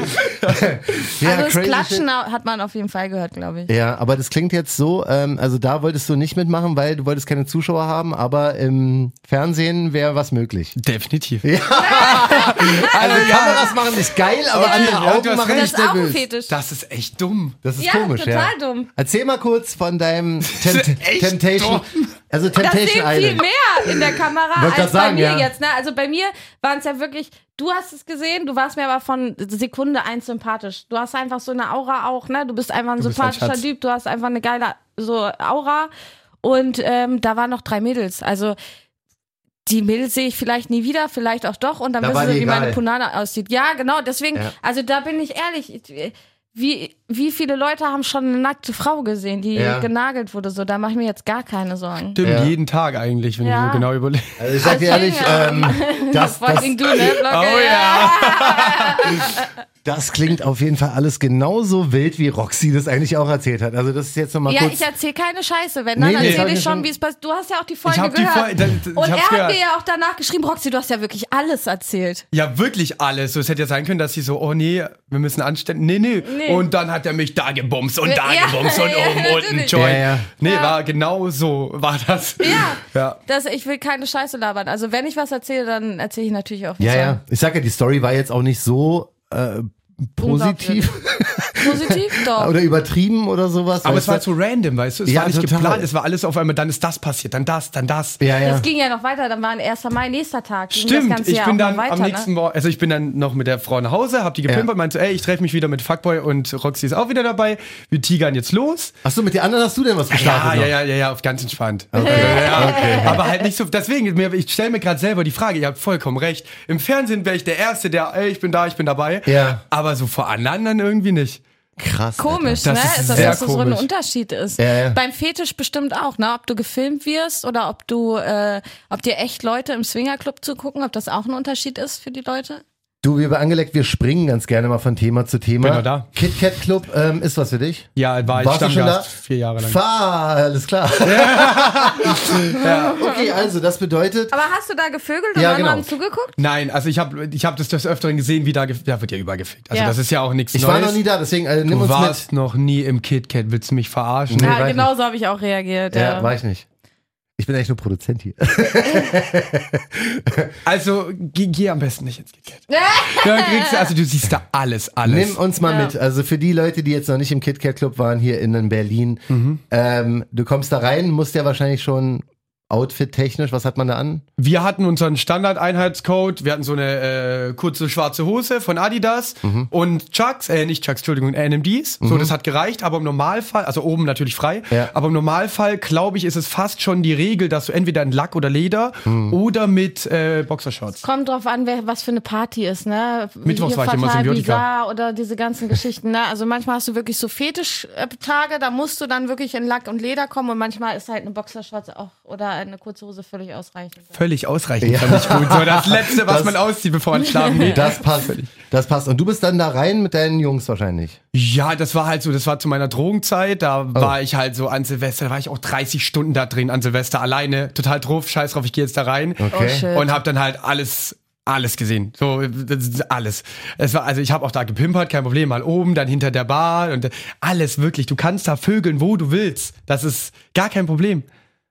Speaker 4: Ja,
Speaker 2: also das
Speaker 4: crazy
Speaker 2: Klatschen hat man auf jeden Fall gehört, glaube ich.
Speaker 4: shit. Ja, aber das klingt jetzt so, ähm, also da wolltest du nicht mitmachen, weil du wolltest keine Zuschauer haben, aber im Fernsehen wäre was möglich.
Speaker 3: Definitiv.
Speaker 4: Also Kameras machen dich geil, aber andere
Speaker 3: ja, du
Speaker 4: Augen
Speaker 3: hast
Speaker 4: machen
Speaker 3: recht.
Speaker 2: Das
Speaker 4: dich
Speaker 2: ist auch ein
Speaker 4: nervös.
Speaker 2: Fetisch.
Speaker 3: Das ist echt dumm.
Speaker 4: Das ist
Speaker 2: Ja,
Speaker 4: komisch, ja.
Speaker 2: total dumm.
Speaker 4: Erzähl mal kurz von deinem Tempt
Speaker 3: echt
Speaker 4: Temptation. Also
Speaker 2: Das
Speaker 4: Temptation
Speaker 2: sehen viel
Speaker 4: Island.
Speaker 2: mehr in der Kamera
Speaker 4: Wollt grad
Speaker 2: als
Speaker 4: sagen,
Speaker 2: bei mir
Speaker 4: ja.
Speaker 2: jetzt. Ne? Also bei mir waren es ja wirklich, du hast es gesehen, du warst mir aber von Sekunde eins sympathisch. Du hast einfach so eine Aura auch, ne? Du bist einfach ein
Speaker 3: bist ein
Speaker 2: sympathischer
Speaker 3: Schatz.
Speaker 2: Typ, du hast einfach eine geile so Aura. Und ähm, da waren noch drei Mädels. Also die Mädels sehe ich vielleicht nie wieder, vielleicht auch doch. Und dann
Speaker 4: Da war
Speaker 2: wissen
Speaker 4: dir
Speaker 2: sie, wie
Speaker 4: egal.
Speaker 2: meine Punana aussieht. Ja, genau, deswegen,
Speaker 4: Ja.
Speaker 2: also da bin ich ehrlich. Ich- Wie, wie viele Leute haben schon eine nackte Frau gesehen, die
Speaker 4: Ja.
Speaker 2: genagelt wurde? So, da mache ich mir jetzt gar keine Sorgen.
Speaker 3: Stimmt,
Speaker 4: Ja.
Speaker 3: jeden Tag eigentlich, wenn
Speaker 2: Ja.
Speaker 3: ich so genau überlege.
Speaker 4: Also ich sag dir
Speaker 2: Erzähl
Speaker 4: ehrlich, ähm, das,
Speaker 2: Vor allen
Speaker 4: das,
Speaker 2: Dingen du, ne? Blocke?
Speaker 3: Oh ja.
Speaker 4: das klingt auf jeden Fall alles genauso wild, wie Roxy das eigentlich auch erzählt hat. Also das ist jetzt nochmal
Speaker 2: Ja,
Speaker 4: kurz.
Speaker 2: ich erzähle keine Scheiße. Wenn, dann
Speaker 4: Nee, nee,
Speaker 2: erzähle
Speaker 4: hab
Speaker 2: ich
Speaker 4: ich schon-
Speaker 2: schon, wie es passiert. Du hast ja auch die Folge
Speaker 3: Ich hab die
Speaker 2: gehört.
Speaker 3: Folge- da- da- ich
Speaker 2: Und er
Speaker 3: hab's
Speaker 2: hat
Speaker 3: gehört.
Speaker 2: mir ja auch danach geschrieben, Roxy, du hast ja wirklich alles erzählt.
Speaker 3: Ja, wirklich alles. So, es hätte ja sein können, dass sie so, oh nee, wir müssen anständig. Nee, nee,
Speaker 2: Nee.
Speaker 3: Und dann hat er mich da gebumst und da
Speaker 2: Ja,
Speaker 3: gebumst und
Speaker 2: ja,
Speaker 3: oben und ein
Speaker 2: natürlich.
Speaker 3: Joint.
Speaker 4: Ja, ja.
Speaker 3: Nee, war genau so, war das.
Speaker 2: Ja.
Speaker 3: Ja.
Speaker 2: Das, ich will keine Scheiße labern. Also wenn ich was erzähle, dann erzähle ich natürlich auch was.
Speaker 4: ja, ja. Ich sag ja, die Story war jetzt auch nicht so äh, positiv
Speaker 2: Positiv doch.
Speaker 4: oder übertrieben oder sowas.
Speaker 3: Aber
Speaker 4: weißt
Speaker 3: es war
Speaker 4: du?
Speaker 3: zu random, weißt du? Es
Speaker 4: Ja,
Speaker 3: war nicht
Speaker 4: total.
Speaker 3: geplant, es war alles auf einmal, dann ist das passiert, dann das, dann das.
Speaker 4: ja, ja.
Speaker 2: Das ging ja noch weiter, dann war ein 1. Mai, nächster Tag. Ging das
Speaker 3: Stimmt,
Speaker 2: Ganze
Speaker 3: ich
Speaker 2: ja
Speaker 3: bin
Speaker 2: auch
Speaker 3: dann
Speaker 2: noch weiter,
Speaker 3: am nächsten
Speaker 2: ne?
Speaker 3: Morgen, also ich bin dann noch mit der Frau nach Hause, hab die gepimpert,
Speaker 4: Ja.
Speaker 3: meinte, so, ey, ich treffe mich wieder mit Fuckboy und Roxy ist auch wieder dabei. Wir tigern jetzt los.
Speaker 4: Achso, mit den anderen hast du denn was
Speaker 3: Ja,
Speaker 4: gestartet?
Speaker 3: ja,
Speaker 4: noch?
Speaker 3: ja, ja, ja, auf ganz entspannt. Also, ja, Aber halt nicht so. Deswegen, mir- ich stelle mir gerade selber die Frage, ihr habt vollkommen recht. Im Fernsehen wäre ich der Erste, der, ey, ich bin da, ich bin dabei.
Speaker 4: Ja.
Speaker 3: Aber so vor anderen dann irgendwie nicht.
Speaker 4: Krass.
Speaker 2: Komisch,
Speaker 3: Das
Speaker 2: ne?
Speaker 3: ist
Speaker 2: Ist das,
Speaker 3: sehr
Speaker 2: dass das so ein
Speaker 3: komisch.
Speaker 2: Unterschied ist.
Speaker 4: Ja, ja.
Speaker 2: Beim Fetisch bestimmt auch, ne? Ob du gefilmt wirst oder ob du, äh, ob dir echt Leute im Swingerclub zugucken, ob das auch ein Unterschied ist für die Leute.
Speaker 4: Du, wir bei Angeleckt, wir springen ganz gerne mal von Thema zu Thema.
Speaker 3: Bin noch da.
Speaker 4: Kit Kat Club ähm, ist was für dich?
Speaker 3: Ja, war ich
Speaker 4: Warst du schon da?
Speaker 3: Stammgast vier Jahre lang.
Speaker 4: Fahr, alles klar. Okay, also das bedeutet,
Speaker 2: Aber hast du da gevögelt und
Speaker 4: Ja,
Speaker 2: anderen
Speaker 4: genau.
Speaker 2: zugeguckt?
Speaker 3: Nein, also ich habe ich hab das des Öfteren gesehen, wie da, ge- da wird ja übergefickt. Also
Speaker 2: Ja.
Speaker 3: das ist ja auch nichts
Speaker 4: ich
Speaker 3: Neues.
Speaker 4: war noch nie da, deswegen äh, nimm
Speaker 3: du
Speaker 4: uns
Speaker 3: warst noch nie im KitKat, willst du mich verarschen?
Speaker 4: Nee,
Speaker 2: ja,
Speaker 4: weiß
Speaker 2: genau so habe ich auch reagiert.
Speaker 4: mit. Ja,
Speaker 2: Ja,
Speaker 4: war ich nicht. Ich bin eigentlich nur Produzent hier.
Speaker 3: Also geh, geh am besten nicht ins KitKat. da kriegst du, also du siehst da alles, alles.
Speaker 4: Nimm uns mal
Speaker 2: Ja.
Speaker 4: mit. Also für die Leute, die jetzt noch nicht im KitKat Club waren, hier in Berlin. Ähm, du kommst da rein, musst ja wahrscheinlich schon outfit-technisch, was hat man da an?
Speaker 3: Wir hatten unseren Standard-Einheitscode, wir hatten so eine äh, kurze schwarze Hose von Adidas
Speaker 4: Mhm.
Speaker 3: und Chucks, äh, nicht Chucks, Entschuldigung, NMDs. So, das hat gereicht, aber im Normalfall, also oben natürlich frei,
Speaker 4: Ja.
Speaker 3: aber im Normalfall, glaube ich, ist es fast schon die Regel, dass du entweder in Lack oder Leder
Speaker 4: Mhm.
Speaker 3: oder mit äh, Boxershorts.
Speaker 2: Kommt drauf an, wer, was für eine Party ist, ne?
Speaker 3: Mittwochs
Speaker 2: Hier
Speaker 3: war ich immer
Speaker 2: Fatal
Speaker 3: Symbiotika.
Speaker 2: Bizarre oder diese ganzen Geschichten, ne? Also manchmal hast du wirklich so Fetisch-Tage, da musst du dann wirklich in Lack und Leder kommen und manchmal ist halt eine Boxerschwarze auch oder eine kurze Hose völlig ausreichend.
Speaker 3: Völlig ausreichend, fand ich gut. So, das Letzte, was
Speaker 4: Das-
Speaker 3: man auszieht, bevor man schlafen geht.
Speaker 4: Das passt. Das passt. Und du bist dann da rein mit deinen Jungs wahrscheinlich.
Speaker 3: Ja, das war halt so, das war zu meiner Drogenzeit, da
Speaker 4: Oh.
Speaker 3: war ich halt so an Silvester, da war ich auch 30 Stunden da drin an Silvester alleine, total drauf, scheiß drauf, ich gehe jetzt da rein
Speaker 4: Okay.
Speaker 2: Oh, shit.
Speaker 3: und hab dann halt alles alles gesehen, so das ist alles. Es war also ich habe auch da gepimpert, kein Problem, mal oben, dann hinter der Bar und alles wirklich, du kannst da vögeln, wo du willst. Das ist gar kein Problem.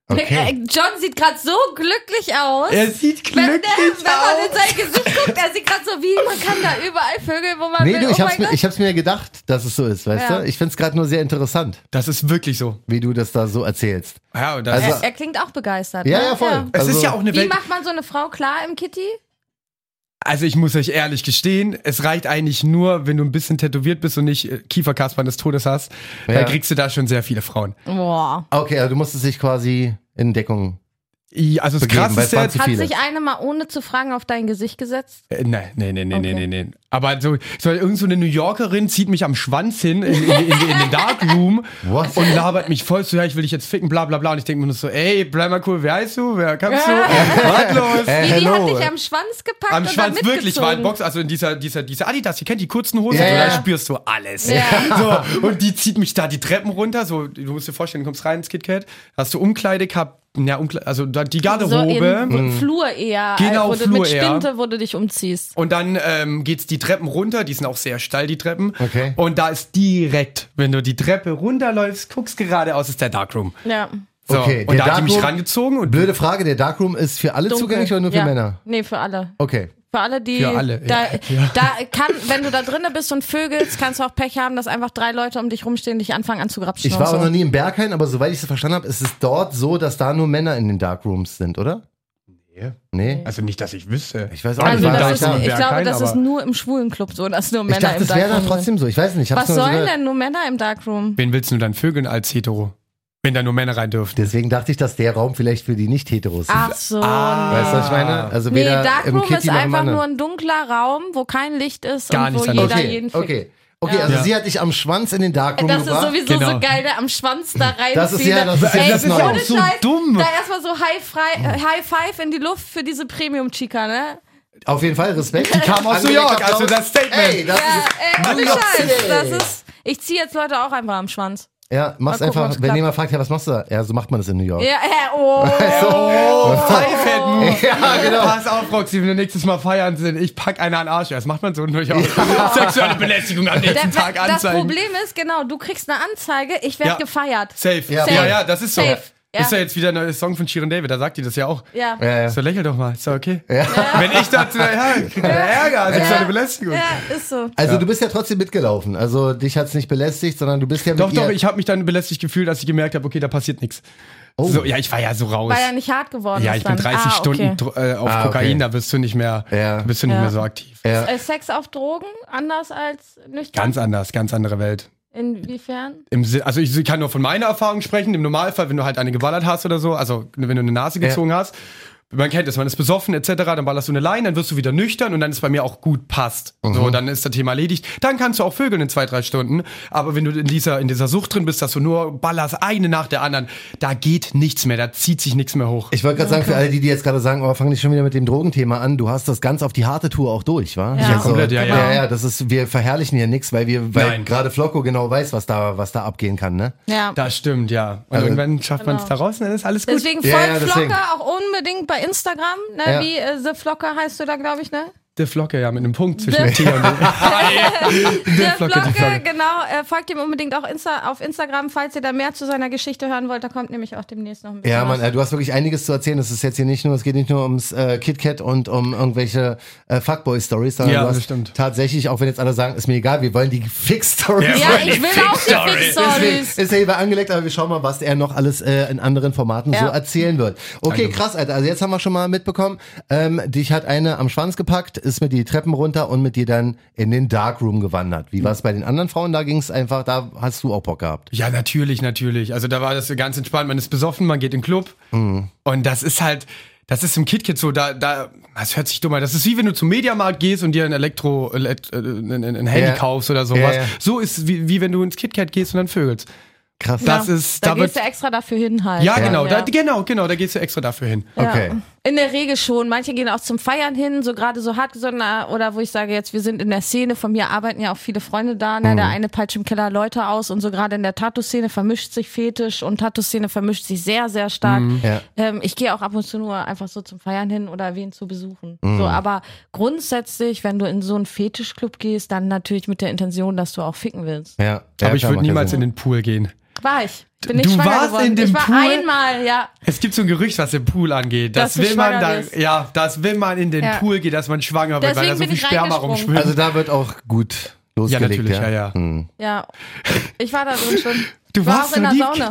Speaker 4: Okay.
Speaker 2: Äh, John sieht gerade so glücklich aus.
Speaker 3: Er sieht
Speaker 2: Wenn,
Speaker 3: glücklich
Speaker 2: wenn man in
Speaker 3: aus.
Speaker 2: sein Gesicht guckt, er sieht gerade so wie, man kann da überall Vögel, wo man
Speaker 4: Nee,
Speaker 2: will.
Speaker 4: du, ich
Speaker 2: oh
Speaker 4: hab's,
Speaker 2: mein
Speaker 4: mir,
Speaker 2: Gott.
Speaker 4: ich hab's mir gedacht, dass es so ist, weißt
Speaker 2: Ja.
Speaker 4: du? Ich find's gerade nur sehr interessant,
Speaker 3: Das ist wirklich so.
Speaker 4: wie du das da so erzählst.
Speaker 3: Ja, und das
Speaker 4: Also-
Speaker 3: ist,
Speaker 2: er klingt auch begeistert.
Speaker 4: Ja,
Speaker 2: ne?
Speaker 4: ja, voll.
Speaker 3: es
Speaker 4: Also-
Speaker 3: ist ja auch eine
Speaker 2: Wie
Speaker 3: Welt.
Speaker 2: macht man so eine Frau klar im Kitty?
Speaker 3: Also ich muss euch ehrlich gestehen, es reicht eigentlich nur, wenn du ein bisschen tätowiert bist und nicht äh, Kieferkaspern des Todes hast,
Speaker 4: Ja.
Speaker 3: dann kriegst du da schon sehr viele Frauen.
Speaker 2: Boah.
Speaker 4: Okay, also du musstest dich quasi in Deckung.
Speaker 3: I- Also das
Speaker 4: Begeben,
Speaker 3: Krasse
Speaker 4: bei
Speaker 3: ist jetzt...
Speaker 4: 20
Speaker 2: Hat
Speaker 4: viele.
Speaker 2: sich eine mal ohne zu fragen auf dein Gesicht gesetzt?
Speaker 3: Äh, Nein, nein, nein, nein,
Speaker 2: Okay.
Speaker 3: nein, nein. Aber so, so irgend so eine New Yorkerin zieht mich am Schwanz hin in, in, in, in den Darkroom
Speaker 4: What?
Speaker 3: und labert mich voll so, ja, ich will dich jetzt ficken, bla bla bla. Und ich denke mir nur so, ey, bleib mal cool, wer heißt du? Wer kannst du? Was los?
Speaker 4: Äh,
Speaker 2: Didi
Speaker 4: hello.
Speaker 2: hat dich am Schwanz gepackt
Speaker 3: Am
Speaker 2: und
Speaker 3: Schwanz
Speaker 2: dann
Speaker 3: wirklich war ein
Speaker 2: mitgezogen.
Speaker 3: Box, also in dieser, dieser, dieser Adidas, ihr kennt die kurzen Hosen,
Speaker 4: Ja,
Speaker 3: so,
Speaker 4: ja.
Speaker 3: da spürst du alles.
Speaker 2: Ja.
Speaker 3: So, und die zieht mich da die Treppen runter, so, du musst dir vorstellen, du kommst rein ins KitKat, hast du Umkleide gehabt, ja, Umkle also da- die Garderobe.
Speaker 2: So in Flur eher.
Speaker 4: Hm.
Speaker 3: Genau,
Speaker 2: wo du
Speaker 3: Flur
Speaker 2: mit
Speaker 3: eher.
Speaker 2: Stinte, wo du dich umziehst.
Speaker 3: und dann ähm, geht's die Treppen runter, die sind auch sehr steil, die Treppen.
Speaker 4: Okay.
Speaker 3: Und da ist direkt, wenn du die Treppe runterläufst, guckst geradeaus, ist der Darkroom.
Speaker 2: Ja.
Speaker 3: So,
Speaker 4: Okay,
Speaker 3: und
Speaker 4: der
Speaker 3: da hat die mich
Speaker 4: Darkroom-
Speaker 3: rangezogen und
Speaker 4: Blöde Frage, der Darkroom ist für alle
Speaker 2: Dunkel.
Speaker 4: zugänglich oder nur für
Speaker 2: ja.
Speaker 4: Männer?
Speaker 2: Nee, für alle.
Speaker 4: Okay.
Speaker 2: Für alle, die
Speaker 3: Für alle,
Speaker 2: da,
Speaker 3: ja. Ja.
Speaker 2: da kann, wenn du da drinnen bist und vögelst, kannst du auch Pech haben, dass einfach drei Leute um dich rumstehen und dich anfangen anzugrapschen.
Speaker 4: Ich
Speaker 2: und
Speaker 4: war
Speaker 2: so.
Speaker 4: auch noch nie im Berghain, aber soweit ich es verstanden habe, ist es dort so, dass da nur Männer in den Darkrooms sind, oder? Nee. Nee?
Speaker 3: also nicht, dass ich wüsste.
Speaker 4: Ich weiß auch
Speaker 2: also
Speaker 4: nicht,
Speaker 2: das
Speaker 4: war
Speaker 2: ist,
Speaker 4: da
Speaker 3: nicht-
Speaker 4: nicht
Speaker 2: ich
Speaker 3: Berg
Speaker 2: glaube,
Speaker 3: kein,
Speaker 2: das ist
Speaker 3: aber-
Speaker 2: nur im schwulen Club so, dass nur
Speaker 4: da.
Speaker 2: Männer
Speaker 4: Ich dachte,
Speaker 2: im
Speaker 4: das wäre dann
Speaker 2: Darkroom sind.
Speaker 4: trotzdem so. Ich weiß nicht. Ich hab's
Speaker 2: Was
Speaker 4: nur so
Speaker 2: sollen
Speaker 4: gehört.
Speaker 2: denn nur Männer im Darkroom?
Speaker 3: Wen willst du dann vögeln als Hetero? Wenn da nur Männer rein dürfen.
Speaker 4: Deswegen dachte ich, dass der Raum vielleicht für die Nicht-Heteros ist.
Speaker 2: Ach so.
Speaker 3: Ah.
Speaker 4: Weißt du, was ich meine? Also
Speaker 2: nee,
Speaker 4: weder im
Speaker 2: Darkroom
Speaker 4: Kitty
Speaker 2: ist
Speaker 4: noch im
Speaker 2: einfach nur
Speaker 4: anderen.
Speaker 2: ein dunkler Raum, wo kein Licht ist
Speaker 3: Gar
Speaker 2: und wo
Speaker 3: nichts an
Speaker 2: jeder
Speaker 3: Licht.
Speaker 2: jeden
Speaker 4: Okay,
Speaker 2: fickt.
Speaker 4: okay. Okay, also
Speaker 3: Ja.
Speaker 4: sie hat dich am Schwanz in den Darkroom
Speaker 2: Das ist
Speaker 4: gebracht.
Speaker 2: sowieso
Speaker 3: Genau.
Speaker 2: so geil, der am Schwanz da reinzieht.
Speaker 4: Das ist ja- das ist ja
Speaker 2: Ey,
Speaker 4: das Neue.
Speaker 2: ohne
Speaker 3: So
Speaker 2: Scheiß,
Speaker 3: dumm.
Speaker 2: Da erstmal so High, frei, äh, High Five in die Luft für diese Premium-Chica, ne?
Speaker 4: Auf jeden Fall Respekt. Die
Speaker 3: kam aus New York, also das Statement.
Speaker 4: Ey, das
Speaker 2: Ja, ey, ohne
Speaker 4: New York
Speaker 2: Scheiß.
Speaker 4: City.
Speaker 2: Das ist, ich zieh jetzt Leute auch einfach am Schwanz.
Speaker 4: ist, ja, mach's
Speaker 2: Mal gucken,
Speaker 4: einfach.
Speaker 2: ob's
Speaker 4: Wenn
Speaker 2: klappt.
Speaker 4: jemand fragt, ja, was machst du da? Ja, so macht man das in New York.
Speaker 2: Ja, äh, oh.
Speaker 3: Oh, Pfeifenden.
Speaker 4: Ja, genau.
Speaker 3: Pass auf, Roxy, wenn wir nächstes Mal feiern sind, ich pack einer an den Arsch. Das macht man so durchaus. Sexuelle Belästigung am
Speaker 2: Der-
Speaker 3: nächsten Tag
Speaker 2: das
Speaker 3: anzeigen.
Speaker 2: Problem ist, genau, du kriegst eine Anzeige, ich werde
Speaker 3: Ja.
Speaker 2: gefeiert.
Speaker 3: Safe.
Speaker 4: Ja,
Speaker 3: Ja,
Speaker 4: Safe.
Speaker 3: ja, das ist so.
Speaker 2: Safe. Ja.
Speaker 3: Ist ja jetzt wieder ein neues Song von Sharon David, da sagt die das ja auch.
Speaker 2: Ja.
Speaker 4: Ja, ja.
Speaker 3: So lächel doch mal, ist doch okay. Wenn ich dazu, ja, ich krieg ja. Ärger, sexuelle Belästigung.
Speaker 2: ja, ist so.
Speaker 4: Also du bist ja trotzdem mitgelaufen. Also dich hat's nicht belästigt, sondern du bist ja mit
Speaker 3: Doch,
Speaker 4: ihr.
Speaker 3: doch, ich habe mich dann belästigt gefühlt, als ich gemerkt habe, okay, da passiert nichts. So, ja, ich war ja so raus.
Speaker 2: Weil er nicht hart geworden
Speaker 3: Ja,
Speaker 2: ist
Speaker 3: ich bin
Speaker 2: dann.
Speaker 3: 30
Speaker 2: ah, okay.
Speaker 3: Stunden dr- äh, auf
Speaker 4: Ah, okay.
Speaker 3: Kokain, da bist du nicht mehr,
Speaker 4: Ja.
Speaker 3: da bist du nicht
Speaker 2: Ja.
Speaker 3: mehr so aktiv.
Speaker 4: ja.
Speaker 2: Äh, Sex auf Drogen anders als nüchtern?
Speaker 3: Ganz anders, ganz andere Welt.
Speaker 2: Inwiefern?
Speaker 3: Im, Sin- also ich kann nur von meiner Erfahrung sprechen. Im Normalfall, wenn du halt eine geballert hast oder so, also wenn du eine Nase gezogen hast, man kennt es, man ist besoffen etc., dann ballerst du eine Line, dann wirst du wieder nüchtern und dann ist bei mir auch gut passt. So, dann ist das Thema erledigt. Dann kannst du auch vögeln in zwei, drei Stunden. Aber wenn du in dieser, in dieser Sucht drin bist, dass du nur ballerst eine nach der anderen, da geht nichts mehr, da zieht sich nichts mehr hoch.
Speaker 4: Ich wollte gerade sagen, für alle, die, die jetzt gerade sagen, oh, fang nicht schon wieder mit dem Drogenthema an, du hast das ganz auf die harte Tour auch durch, wa?
Speaker 2: Ja,
Speaker 3: komplett, ja, ja.
Speaker 4: ja, ja. Das ist, wir verherrlichen hier nichts, weil wir, weil
Speaker 3: Nein.
Speaker 4: gerade Flocko genau weiß, was da, was da abgehen kann, ne?
Speaker 2: Ja.
Speaker 3: Das stimmt, ja. Und irgendwann schafft man es da raus und dann ist alles gut.
Speaker 2: Deswegen
Speaker 4: Ja,
Speaker 2: folgt
Speaker 4: ja, deswegen.
Speaker 2: Flocker auch unbedingt bei Instagram, ne?
Speaker 4: Ja.
Speaker 2: Wie äh, The Flocker heißt du da, glaube ich, ne?
Speaker 3: Der Flocke, ja, mit einem Punkt zwischen
Speaker 2: Der-
Speaker 3: T und D.
Speaker 2: The
Speaker 3: Flocke, die Flocke.
Speaker 2: genau. Äh, folgt ihm unbedingt auch Insta auf Instagram, falls ihr da mehr zu seiner Geschichte hören wollt. Da kommt nämlich auch demnächst noch ein bisschen
Speaker 4: Ja, Mann,
Speaker 2: was.
Speaker 4: äh, du hast wirklich einiges zu erzählen. Es ist jetzt hier nicht nur, es geht nicht nur ums äh, KitKat und um irgendwelche äh, Fuckboy-Stories, sondern
Speaker 3: Ja,
Speaker 4: du hast
Speaker 3: das stimmt.
Speaker 4: tatsächlich, auch wenn jetzt alle sagen, ist mir egal, wir wollen die Fix-Stories.
Speaker 3: Ja,
Speaker 2: Ja, ich will auch die
Speaker 4: Deswegen
Speaker 2: Fix-Stories.
Speaker 4: ist ja hierbei angelegt, aber wir schauen mal, was er noch alles äh, in anderen Formaten so
Speaker 2: Ja.
Speaker 4: erzählen wird. Okay, krass, Alter. Also jetzt haben wir schon mal mitbekommen, ähm, dich hat eine am Schwanz gepackt, ist mit die Treppen runter und mit dir dann in den Darkroom gewandert. Wie war es bei den anderen Frauen? Da ging es einfach, da hast du auch Bock gehabt.
Speaker 3: Ja, natürlich, natürlich. Also da war das ganz entspannt. Man ist besoffen, man geht in den Club.
Speaker 4: Mhm.
Speaker 3: Und das ist halt, das ist im KitKat so, da, da, das hört sich dumm an. Das ist wie wenn du zum Mediamarkt gehst und dir ein Elektro, elekt- äh, ein, ein ein Handy
Speaker 4: Ja.
Speaker 3: kaufst oder sowas.
Speaker 4: Ja, ja.
Speaker 3: So ist es wie, wie wenn du ins KitKat gehst und dann vögelst.
Speaker 4: Krass.
Speaker 3: Das ist,
Speaker 2: Genau. da
Speaker 3: da, wird,
Speaker 2: gehst du extra dafür hin halt.
Speaker 3: ja, genau,
Speaker 2: Ja.
Speaker 3: Da, genau, genau, da gehst du extra dafür hin.
Speaker 4: Okay.
Speaker 2: Ja. In der Regel schon. Manche gehen auch zum Feiern hin, so gerade so hartgesonnener oder wo ich sage jetzt, wir sind in der Szene, von mir arbeiten ja auch viele Freunde da, ne?
Speaker 3: Mhm.
Speaker 2: der eine peitscht im Keller Leute aus und so gerade in der Tattoo-Szene vermischt sich Fetisch und Tattoo-Szene vermischt sich sehr, sehr stark.
Speaker 3: Mhm.
Speaker 4: Ja.
Speaker 2: Ähm, ich gehe auch ab und zu nur einfach so zum Feiern hin oder wen zu besuchen.
Speaker 3: Mhm.
Speaker 2: So, aber grundsätzlich, wenn du in so einen Fetischclub gehst, dann natürlich mit der Intention, dass du auch ficken willst.
Speaker 4: Ja, ja,
Speaker 3: Aber ich
Speaker 4: klar,
Speaker 3: würde
Speaker 4: macht ja
Speaker 3: niemals
Speaker 4: Sinn.
Speaker 3: in den Pool gehen.
Speaker 2: War ich. Bin nicht
Speaker 3: Du
Speaker 2: schwanger
Speaker 3: warst
Speaker 2: geworden.
Speaker 3: in dem
Speaker 2: ich war
Speaker 3: Pool?
Speaker 2: einmal, ja.
Speaker 3: Es gibt so ein Gerücht, was den Pool angeht. Das
Speaker 2: Dass du
Speaker 3: will man
Speaker 2: schwanger
Speaker 3: da,
Speaker 2: bist.
Speaker 3: ja, das will man in den
Speaker 2: Ja.
Speaker 3: Pool geht, dass man schwanger wird, weil
Speaker 2: Deswegen
Speaker 3: da so
Speaker 2: bin
Speaker 3: viel
Speaker 2: ich
Speaker 3: Sperma
Speaker 2: reingesprungen.
Speaker 3: rumschwimmt.
Speaker 4: Also da wird auch gut
Speaker 3: ja,
Speaker 4: losgelegt. Mhm.
Speaker 3: natürlich, ja, ja.
Speaker 2: Ja. Ich war da drin schon.
Speaker 3: Du
Speaker 2: Ich war
Speaker 3: warst
Speaker 2: auch in der
Speaker 3: nur die-
Speaker 2: Sauna.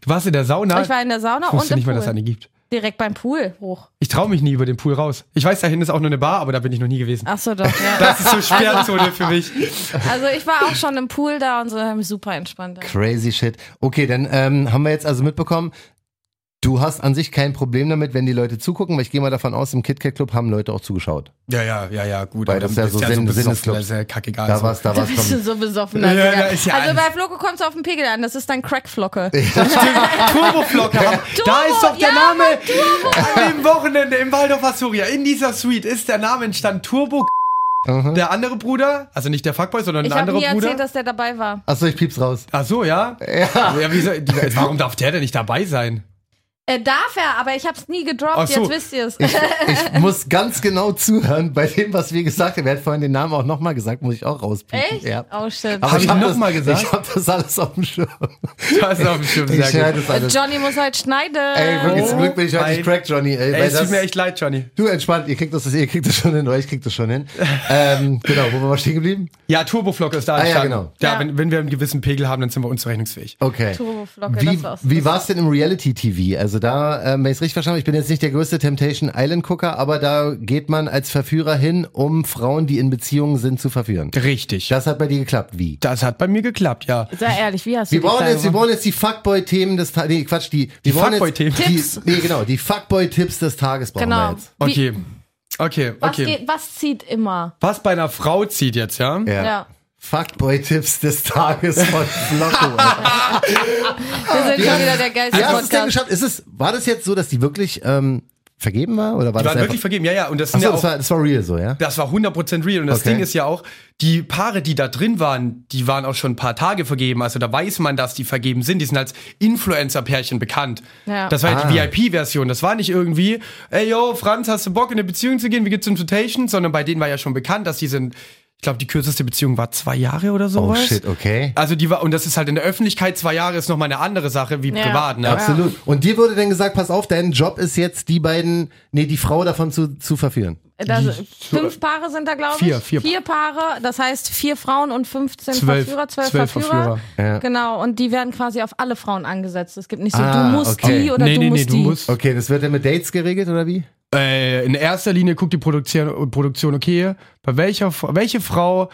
Speaker 3: Du warst in der Sauna.
Speaker 2: Ich war in der Sauna
Speaker 3: Ich
Speaker 2: und
Speaker 3: wusste
Speaker 2: im
Speaker 3: nicht mal,
Speaker 2: Pool.
Speaker 3: dass es eine gibt.
Speaker 2: Direkt beim Pool hoch.
Speaker 3: Ich traue mich nie über den Pool raus. Ich weiß, da hinten ist auch nur eine Bar, aber da bin ich noch nie gewesen.
Speaker 2: Achso, doch, ja.
Speaker 3: Das ist so Sperrzone für mich.
Speaker 2: Also ich war auch schon im Pool da und so haben mich super entspannt.
Speaker 4: Crazy shit. Okay, dann ähm, haben wir jetzt also mitbekommen, du hast an sich kein Problem damit, wenn die Leute zugucken, weil ich gehe mal davon aus, im KitKat Club haben Leute auch zugeschaut.
Speaker 3: Ja, ja, ja, ja, gut.
Speaker 4: Weil
Speaker 3: aber
Speaker 4: das ist ja
Speaker 3: dann
Speaker 4: so
Speaker 3: bist du
Speaker 4: Sinn-
Speaker 3: besoffen,
Speaker 4: Sinn des Clubs.
Speaker 3: Das ist ja kackegal.
Speaker 4: Da
Speaker 3: so.
Speaker 4: war's, da
Speaker 2: Da
Speaker 4: war's.
Speaker 2: bist du
Speaker 4: komm.
Speaker 2: so besoffen.
Speaker 3: Ja,
Speaker 2: Alter.
Speaker 3: ja, ist ja
Speaker 2: also
Speaker 3: alles-
Speaker 2: bei Floco kommst du auf den Pegel an, das ist dann Crackflocke.
Speaker 3: Turboflocke. haben- da ist doch der
Speaker 2: ja,
Speaker 3: Name. Im Wochenende im Waldorf Astoria, in dieser Suite, ist der Name entstanden. Turbo.
Speaker 4: Mhm.
Speaker 3: Der andere Bruder, also nicht der Fuckboy, sondern
Speaker 2: Ich
Speaker 3: ein
Speaker 2: habe
Speaker 3: anderer
Speaker 2: nie
Speaker 3: Bruder.
Speaker 2: erzählt, dass der dabei war.
Speaker 4: Achso, ich pieps raus.
Speaker 3: Ach so, ja. Ja. wie soll, warum darf der denn nicht dabei sein?
Speaker 2: Äh, darf er, aber ich habe es nie
Speaker 3: Ach
Speaker 2: gedroppt,
Speaker 3: so.
Speaker 2: jetzt wisst ihr es.
Speaker 4: Ich muss ganz genau zuhören bei dem, was wir gesagt haben. Er hat vorhin den Namen auch nochmal gesagt, muss ich auch rauspiepen.
Speaker 2: Echt?
Speaker 4: Ja.
Speaker 2: Oh shit.
Speaker 4: Aber
Speaker 3: Hab ich
Speaker 4: hab
Speaker 3: noch
Speaker 4: das-
Speaker 3: mal gesagt?
Speaker 4: Ich habe das alles auf dem Schirm.
Speaker 3: Das ist auf dem Schirm
Speaker 4: Ich
Speaker 3: sehr
Speaker 4: schneide
Speaker 3: gut.
Speaker 4: das alles.
Speaker 2: Johnny muss halt schneiden.
Speaker 4: Ey, wirklich, zum Glück bin ich heute
Speaker 3: mein-
Speaker 4: nicht Crack, Johnny. Ey,
Speaker 3: Ey,
Speaker 4: weil
Speaker 3: es tut
Speaker 4: das-
Speaker 3: mir echt leid, Johnny.
Speaker 4: du entspannt, ihr kriegt das, ihr kriegt das schon hin, oder ich krieg das schon hin. ähm, genau, wo waren wir stehen geblieben?
Speaker 3: Ja, Turboflocke ist da
Speaker 4: ja,
Speaker 3: entstanden.
Speaker 4: genau.
Speaker 3: Ja,
Speaker 2: Ja.
Speaker 3: Wenn, wenn wir einen gewissen Pegel haben, dann sind wir unzurechnungsfähig.
Speaker 4: Okay.
Speaker 2: Turboflocke,
Speaker 4: Wie,
Speaker 2: das war's.
Speaker 4: wie war es denn im Reality-TV? Also da, ähm, wenn ich es richtig verstanden habe, ich bin jetzt nicht der größte Temptation Island-Gucker, aber da geht man als Verführer hin, um Frauen, die in Beziehungen sind, zu verführen.
Speaker 3: Richtig. Das,
Speaker 4: Das hat bei dir geklappt. Wie?
Speaker 3: hat bei mir geklappt, ja.
Speaker 2: Sei ehrlich, wie hast du
Speaker 4: Wir
Speaker 2: die
Speaker 4: brauchen,
Speaker 2: Kleidung
Speaker 4: jetzt, wir brauchen jetzt die Fuckboy-Themen des Tages. Nee, Quatsch, die, wir brauchen jetzt
Speaker 3: Fuckboy-Themen.
Speaker 4: die-
Speaker 2: Tipps.
Speaker 4: Nee, genau, die Fuckboy-Tipps des Tages brauchen wir
Speaker 2: Genau.
Speaker 4: jetzt.
Speaker 2: Wie-
Speaker 3: Oh, Okay. Okay,
Speaker 2: Was,
Speaker 3: okay.
Speaker 2: geht, was zieht immer?
Speaker 3: Was bei einer Frau zieht jetzt, ja?
Speaker 4: Ja.
Speaker 2: Ja.
Speaker 4: Fuckboy-Tipps des Tages von Flocko.
Speaker 3: Ah,
Speaker 2: Wir sind schon wieder der geilste
Speaker 4: ja, hast du es denn
Speaker 2: Podcast.
Speaker 4: geschafft? Ist es, war das jetzt so, dass die wirklich ähm, vergeben war? Oder war das
Speaker 3: Die waren
Speaker 4: einfach,
Speaker 3: wirklich vergeben, ja, ja. Und das sind
Speaker 4: Achso,
Speaker 3: ja auch.
Speaker 4: das, war, das war real so, ja?
Speaker 3: Das war 100% real. Und das
Speaker 4: Okay.
Speaker 3: Ding ist ja auch, die Paare, die da drin waren, die waren auch schon ein paar Tage vergeben. Also da weiß man, dass die vergeben sind. Die sind als Influencer-Pärchen bekannt.
Speaker 2: Ja.
Speaker 3: Das war ja die
Speaker 4: Ah.
Speaker 3: VIP-Version. Das war nicht irgendwie, ey, yo, Franz, hast du Bock, in eine Beziehung zu gehen? Wie geht's in Temptation? Sondern bei denen war ja schon bekannt, dass die sind, ich glaube, die kürzeste Beziehung war zwei Jahre oder
Speaker 4: Oh
Speaker 3: sowas.
Speaker 4: shit, okay.
Speaker 3: Also die war, und das ist halt in der Öffentlichkeit, zwei Jahre ist nochmal eine andere Sache wie
Speaker 2: Ja.
Speaker 3: privat, ne?
Speaker 4: Absolut. Und dir wurde dann gesagt, pass auf, dein Job ist jetzt, die beiden, nee, die Frau davon zu, zu verführen.
Speaker 2: Äh, Das, fünf Paare sind da, glaube ich.
Speaker 3: Vier, vier Pa-
Speaker 2: Paare. Das heißt, vier Frauen und 15
Speaker 3: Zwölf.
Speaker 2: Verführer, zwölf,
Speaker 3: Zwölf
Speaker 2: Verführer.
Speaker 3: Verführer.
Speaker 4: Ja.
Speaker 2: Genau, und die werden quasi auf alle Frauen angesetzt. Es gibt nicht so,
Speaker 4: Ah,
Speaker 2: du musst
Speaker 4: okay.
Speaker 2: die oder
Speaker 3: nee,
Speaker 2: du
Speaker 3: nee,
Speaker 2: musst
Speaker 3: nee, du
Speaker 2: die.
Speaker 3: musst.
Speaker 4: Okay, das wird dann mit Dates geregelt, oder wie?
Speaker 3: Äh, in erster Linie guckt die Produktion, Produktion okay, bei welcher Fra- welche Frau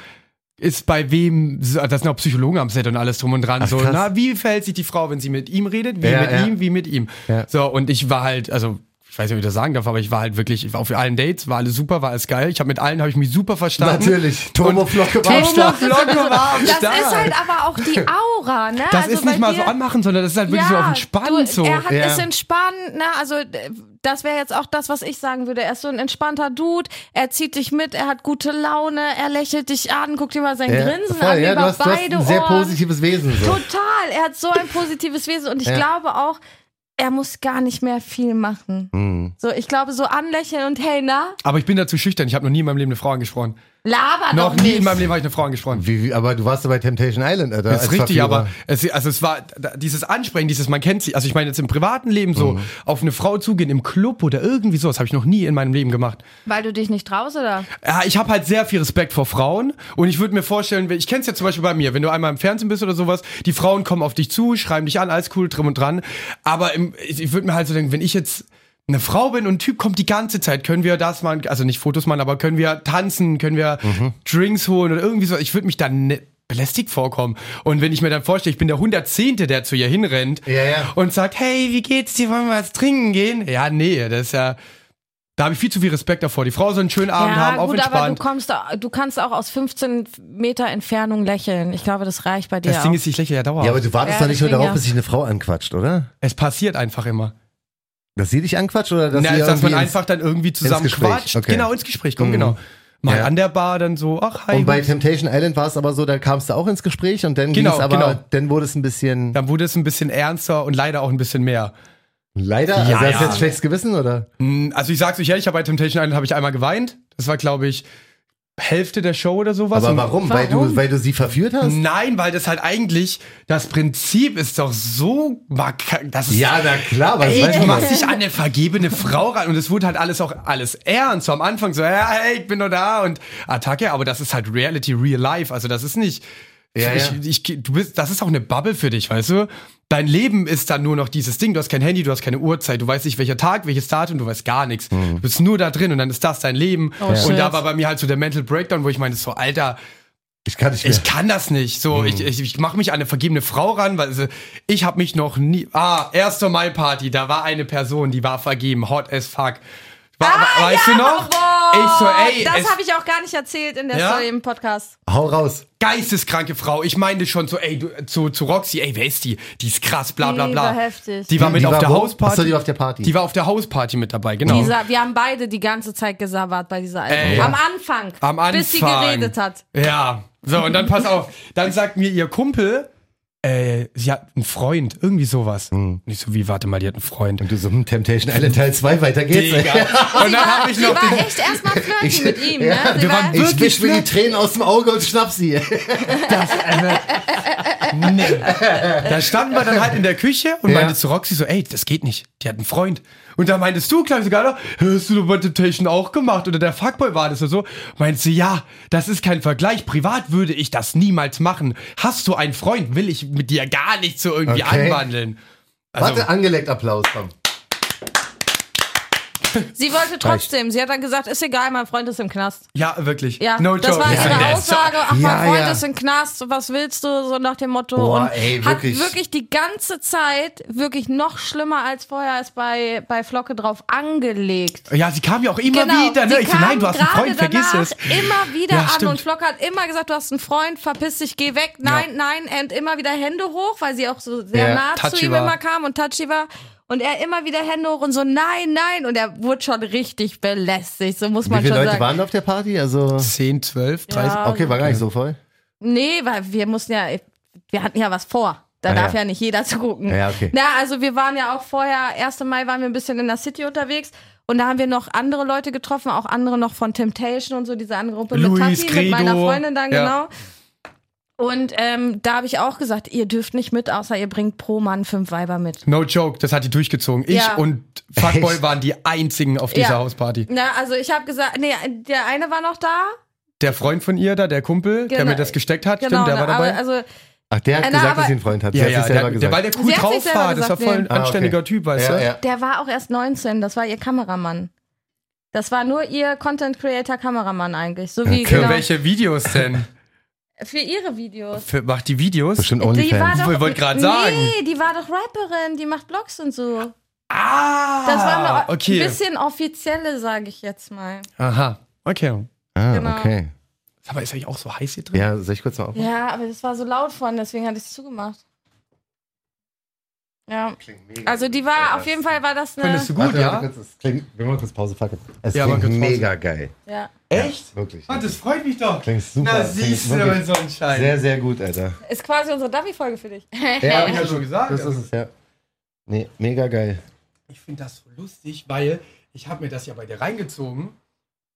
Speaker 3: ist bei wem, so- das sind auch Psychologen am Set und alles drum und dran. so,
Speaker 4: krass.
Speaker 3: na, wie verhält sich die Frau, wenn sie mit ihm redet, wie
Speaker 4: Ja,
Speaker 3: mit
Speaker 4: ja.
Speaker 3: ihm, wie mit ihm.
Speaker 4: Ja.
Speaker 3: So, und ich war halt, also ich weiß nicht, ob ich das sagen darf, aber ich war halt wirklich ich war auf allen Dates, war alles super, war alles geil. Ich habe mit allen habe ich mich super verstanden.
Speaker 4: Natürlich. Turbo
Speaker 3: Und-
Speaker 4: Flocke war am
Speaker 3: Turbo
Speaker 4: Start.
Speaker 3: Flocke war am
Speaker 2: Das
Speaker 3: Start.
Speaker 2: ist halt aber auch die Aura, ne?
Speaker 3: Das
Speaker 2: Also
Speaker 3: ist nicht
Speaker 2: bei
Speaker 3: mal
Speaker 2: dir-
Speaker 3: so anmachen, sondern das ist halt wirklich so auf den Spann
Speaker 2: du,
Speaker 3: so.
Speaker 2: Er hat,
Speaker 4: Ja.
Speaker 2: ist entspannt, ne? Also äh, das wäre jetzt auch das, was ich sagen würde. Er ist so ein entspannter Dude, er zieht dich mit, er hat gute Laune, er lächelt dich an, guckt dir mal sein
Speaker 4: Ja,
Speaker 2: Grinsen
Speaker 4: voll,
Speaker 2: an
Speaker 4: ja,
Speaker 2: über
Speaker 4: du hast, du hast
Speaker 2: beide
Speaker 4: ein sehr
Speaker 2: Ohren.
Speaker 4: positives Wesen. So.
Speaker 2: Total, er hat so ein positives Wesen und ich
Speaker 4: Ja.
Speaker 2: glaube auch, er muss gar nicht mehr viel machen.
Speaker 3: Mhm.
Speaker 2: So, ich glaube, so anlächeln und hey, na,
Speaker 3: aber ich bin dazu schüchtern. Ich habe noch nie in meinem Leben eine Frau angesprochen.
Speaker 2: laber
Speaker 3: Noch
Speaker 2: Ah, doch
Speaker 3: nie
Speaker 2: nicht.
Speaker 3: in meinem Leben habe ich eine Frau angesprochen.
Speaker 4: Wie, wie, aber du warst ja bei Temptation Island, Alter.
Speaker 3: Das ist
Speaker 4: als
Speaker 3: richtig,
Speaker 4: Verführer.
Speaker 3: aber es, also es war da- dieses Ansprechen, dieses man kennt sie. Also ich meine jetzt im privaten Leben so
Speaker 4: Mhm.
Speaker 3: auf eine Frau zugehen im Club oder irgendwie sowas habe ich noch nie in meinem Leben gemacht.
Speaker 2: Weil du dich nicht traust, oder?
Speaker 3: Ja, ich habe halt sehr viel Respekt vor Frauen und ich würde mir vorstellen, ich kenne es ja zum Beispiel bei mir, wenn du einmal im Fernsehen bist oder sowas, die Frauen kommen auf dich zu, schreiben dich an, alles cool, drum und dran. Aber im, ich, ich würde mir halt so denken, wenn ich jetzt eine Frau bin und ein Typ kommt die ganze Zeit, können wir das machen, also nicht Fotos machen, aber können wir tanzen, können wir
Speaker 4: Mhm.
Speaker 3: Drinks holen oder irgendwie so. Ich würde mich dann ne belästigt vorkommen. Und wenn ich mir dann vorstelle, ich bin der 110. der zu ihr hinrennt
Speaker 4: Ja, ja.
Speaker 3: und sagt, hey, wie geht's dir, wollen wir was trinken gehen? Ja, nee, das ist ja... Da habe ich viel zu viel Respekt davor. Die Frau soll einen schönen Abend haben, auf
Speaker 2: gut, aber du
Speaker 3: entspannt.
Speaker 2: kommst, du kannst auch aus 15 Meter Entfernung lächeln. Ich glaube, das reicht bei dir
Speaker 3: Das
Speaker 2: auch.
Speaker 3: Ding ist, ich lächle ja dauerhaft.
Speaker 4: Ja, aber du wartest
Speaker 2: Ja,
Speaker 4: doch nicht nur
Speaker 2: deswegen
Speaker 4: darauf,
Speaker 2: ja.
Speaker 4: bis sich eine Frau anquatscht, oder?
Speaker 3: es passiert einfach immer.
Speaker 4: Dass sie dich anquatscht oder dass
Speaker 3: Dass,
Speaker 4: sie
Speaker 3: Na, dass
Speaker 4: irgendwie ins-
Speaker 3: man einfach dann irgendwie zusammen
Speaker 4: Gespräch,
Speaker 3: quatscht.
Speaker 4: okay. Mhm.
Speaker 3: Genau, ins Gespräch kommt, genau. Mal
Speaker 4: Ja.
Speaker 3: an der Bar dann so, ach, hi.
Speaker 4: Und bei
Speaker 3: gut.
Speaker 4: Temptation Island war es aber so, da kamst du auch ins Gespräch und dann
Speaker 3: Genau,
Speaker 4: ging's aber,
Speaker 3: genau.
Speaker 4: dann wurde es ein bisschen
Speaker 3: dann wurde es ein bisschen ernster und leider auch ein bisschen mehr.
Speaker 4: leider. also
Speaker 3: Ja,
Speaker 4: hast du
Speaker 3: ja.
Speaker 4: jetzt schlechtes Gewissen, oder?
Speaker 3: Hm, Also ich sag's euch ehrlich, ich hab bei Temptation Island habe ich einmal geweint. Das war, glaube ich, Hälfte der Show oder sowas.
Speaker 4: Aber
Speaker 3: Und-
Speaker 4: warum? Weil du,
Speaker 2: Warum? Hm.
Speaker 4: weil du sie verführt hast?
Speaker 3: Nein, weil das halt eigentlich, das Prinzip ist doch so, maka- das ist
Speaker 4: Ja, na klar, was
Speaker 3: Ey,
Speaker 4: weiß
Speaker 3: du
Speaker 4: man?
Speaker 3: machst dich an eine vergebene Frau ran und es wurde halt alles auch alles ernst. So am Anfang so, ja, hey, ich bin nur da und Attacke, aber das ist halt Reality, Real Life. Also das ist nicht.
Speaker 4: Ja,
Speaker 3: ich,
Speaker 4: ja.
Speaker 3: Ich, du bist, das ist auch eine Bubble für dich, weißt du? Dein Leben ist dann nur noch dieses Ding. Du hast kein Handy, du hast keine Uhrzeit, du weißt nicht, welcher Tag, welches Datum, du weißt gar nichts.
Speaker 4: Mhm.
Speaker 3: Du bist nur da drin und dann ist das dein Leben.
Speaker 4: Oh,
Speaker 3: und
Speaker 2: shit.
Speaker 3: da war bei mir halt so der Mental Breakdown, wo ich meinte, so, Alter,
Speaker 4: Ich kann nicht mehr.
Speaker 3: ich kann das nicht. So,
Speaker 4: Mhm.
Speaker 3: ich, ich, ich mache mich an eine vergebene Frau ran, weil also, ich habe mich noch nie. Ah, 1. Mai Party, da war eine Person, die war vergeben, hot as fuck. War, weißt du noch? ich so, ey,
Speaker 2: Ah, das
Speaker 3: es-
Speaker 2: habe ich auch gar nicht erzählt in der
Speaker 3: Ja?
Speaker 2: Story im Podcast.
Speaker 4: Hau raus.
Speaker 3: geisteskranke Frau. Ich meinte schon so, ey, du, zu, zu Roxy, ey, wer ist die? Die ist krass, bla bla
Speaker 2: Die
Speaker 3: bla.
Speaker 2: war heftig.
Speaker 3: Die war
Speaker 4: Die-
Speaker 3: mit
Speaker 4: die
Speaker 3: auf
Speaker 4: war
Speaker 3: der
Speaker 4: wo?
Speaker 3: Hausparty.
Speaker 4: Achso, die war auf der Party.
Speaker 3: Die war auf der Hausparty mit dabei, genau.
Speaker 2: Dieser, wir haben beide die ganze Zeit gesabbert bei dieser Alten.
Speaker 3: Ey.
Speaker 2: Am Anfang.
Speaker 3: Am Anfang.
Speaker 2: Bis sie geredet hat.
Speaker 3: Ja. So, und dann pass auf. Dann sagt mir ihr Kumpel, äh, sie hat einen Freund, irgendwie sowas. Und ich so, wie, warte mal, die hat einen Freund.
Speaker 4: Hm. Du so, hm, Temptation Island Teil 2, weiter geht's.
Speaker 3: Digga. Und dann habe ich
Speaker 2: Sie
Speaker 3: noch
Speaker 2: war
Speaker 3: den,
Speaker 2: echt erstmal flirty mit ihm, ne?
Speaker 4: Ja,
Speaker 2: Sie
Speaker 3: wir
Speaker 2: war,
Speaker 3: waren-
Speaker 4: Ich
Speaker 3: Wirklich,
Speaker 4: wisch mir
Speaker 3: ne?
Speaker 4: die Tränen aus dem Auge und schnapp sie.
Speaker 3: Also- Nee. Da standen wir dann halt in der Küche und
Speaker 4: Ja.
Speaker 3: meinte zu Roxy so, ey, das geht nicht. Die hat einen Freund. Und da meintest du, klar, sogar noch, hast du doch bei Temptation auch gemacht oder der Fuckboy war das oder so. Meinst du, ja, das ist kein Vergleich. Privat würde ich das niemals machen. Hast du einen Freund, will ich mit dir gar nicht so irgendwie
Speaker 4: Okay.
Speaker 3: anwandeln. Also,
Speaker 4: Warte, angeleckt Applaus. Komm.
Speaker 2: sie wollte trotzdem. Sie hat dann gesagt, ist egal, mein Freund ist im Knast.
Speaker 3: ja, wirklich.
Speaker 2: Ja,
Speaker 3: no
Speaker 2: das
Speaker 3: joke.
Speaker 2: war
Speaker 3: Ja.
Speaker 2: ihre
Speaker 3: Der ist so-
Speaker 2: Aussage. Ach, mein
Speaker 4: Ja,
Speaker 2: Freund
Speaker 4: ja.
Speaker 2: ist im Knast, was willst du? So nach dem Motto.
Speaker 4: Boah,
Speaker 2: und
Speaker 4: ey, wirklich.
Speaker 2: hat wirklich die ganze Zeit, wirklich noch schlimmer als vorher, ist bei, bei Flocke drauf angelegt.
Speaker 3: Ja, sie kam ja auch immer
Speaker 2: genau.
Speaker 3: wieder. Ne?
Speaker 2: sie
Speaker 3: Ich so,
Speaker 2: kam
Speaker 3: nein, du hast einen
Speaker 2: gerade
Speaker 3: Freund, vergiss
Speaker 2: danach
Speaker 3: es.
Speaker 2: immer wieder
Speaker 3: Ja,
Speaker 2: an
Speaker 3: stimmt.
Speaker 2: und Flocke hat immer gesagt, du hast einen Freund, verpiss dich, geh weg. Nein, nein, und immer wieder Hände hoch, weil sie auch so sehr
Speaker 4: Ja,
Speaker 2: nah
Speaker 3: touchy
Speaker 2: zu ihm
Speaker 3: war.
Speaker 2: immer kam und touchy war. Und er immer wieder Hände hoch und so, nein, nein. Und er wurde schon richtig belästigt, so muss
Speaker 4: Wie
Speaker 2: man
Speaker 4: viele
Speaker 2: schon
Speaker 4: Leute
Speaker 2: sagen. Ah,
Speaker 4: waren da auf der Party? Also,
Speaker 3: 10, 12, 13.
Speaker 4: okay, war gar nicht so voll.
Speaker 2: Nee, weil wir mussten ja, wir hatten ja was vor. Da
Speaker 4: Ah,
Speaker 2: darf
Speaker 4: ja.
Speaker 2: ja. nicht jeder zugucken.
Speaker 4: Ja, okay.
Speaker 2: Na, also wir waren ja auch vorher, 1. Mai waren wir ein bisschen in der City unterwegs und da haben wir noch andere Leute getroffen, auch andere noch von Temptation und so, diese andere Gruppe mit
Speaker 3: Luis,
Speaker 2: Tati, mit meiner
Speaker 3: Credo.
Speaker 2: Freundin dann,
Speaker 3: Ja.
Speaker 2: genau. Und ähm, da habe ich auch gesagt, ihr dürft nicht mit, außer ihr bringt pro Mann fünf Weiber mit.
Speaker 3: No joke, das hat die durchgezogen. Ich
Speaker 2: Ja.
Speaker 3: und Fuckboy
Speaker 4: Echt?
Speaker 3: waren die einzigen auf dieser
Speaker 2: Ja.
Speaker 3: Hausparty.
Speaker 2: Na, also ich habe gesagt, nee, der eine war noch da.
Speaker 3: Der Freund von ihr da, der Kumpel, der
Speaker 2: Genau.
Speaker 3: mir das gesteckt hat,
Speaker 2: Genau,
Speaker 3: stimmt, der
Speaker 2: ne,
Speaker 3: war dabei.
Speaker 2: aber, also
Speaker 4: Ach, der hat
Speaker 2: Äh, na,
Speaker 4: gesagt,
Speaker 2: aber-
Speaker 4: dass sie einen Freund hat. Sie
Speaker 3: ja,
Speaker 4: hat
Speaker 3: ja,
Speaker 4: sich selber
Speaker 3: der,
Speaker 4: gesagt.
Speaker 3: der, weil der cool
Speaker 2: Sie hat sich
Speaker 3: drauf
Speaker 2: selber
Speaker 3: war, das war
Speaker 2: gesagt,
Speaker 3: voll ein
Speaker 2: nee.
Speaker 4: Ah, okay.
Speaker 3: anständiger Typ, weißt
Speaker 4: ja,
Speaker 3: du?
Speaker 4: ja.
Speaker 2: Der war auch erst 19, das war ihr Kameramann. Das war nur ihr Content Creator Kameramann eigentlich, so wie
Speaker 3: Für
Speaker 2: genau,
Speaker 3: welche Videos denn?
Speaker 2: für ihre Videos.
Speaker 3: Für, macht die Videos?
Speaker 4: Bestimmt
Speaker 2: Die war
Speaker 4: OnlyFans.
Speaker 2: doch,
Speaker 3: Ich wollte gerade sagen.
Speaker 2: Nee, die war doch Rapperin, die macht Blogs und so.
Speaker 3: Ah,
Speaker 2: Das war eine o-
Speaker 3: okay.
Speaker 2: bisschen offizielle, sage ich jetzt mal.
Speaker 3: Aha, okay.
Speaker 4: Ah,
Speaker 2: Genau.
Speaker 4: okay.
Speaker 3: Aber ist eigentlich auch so heiß hier drin?
Speaker 4: Ja, soll ich kurz mal auf?
Speaker 2: Ja, aber das war so laut von, deswegen hatte ich es zugemacht. Ja. Also die war, auf jeden Fall war das eine.
Speaker 3: Findest du gut,
Speaker 4: Warte,
Speaker 3: ja?
Speaker 4: warte kurz, es klingt, wir machen kurz Pause, fuck it. Es
Speaker 3: Ja,
Speaker 4: klingt
Speaker 3: aber kurz Pause.
Speaker 4: mega geil.
Speaker 2: Ja.
Speaker 3: Echt?
Speaker 4: Wirklich.
Speaker 3: Ah, das freut mich doch.
Speaker 4: Klingt super.
Speaker 3: Na,
Speaker 4: Klingt
Speaker 3: siehst du
Speaker 4: wirklich
Speaker 3: mit so einem Scheiß.
Speaker 4: Sehr, sehr gut, Alter.
Speaker 2: Ist quasi unsere Duffy-Folge für dich.
Speaker 4: Ja,
Speaker 3: hab ich ja schon gesagt.
Speaker 4: Das ist es, ja. Nee, mega geil.
Speaker 3: Ich finde das so lustig, weil ich habe mir das ja bei dir reingezogen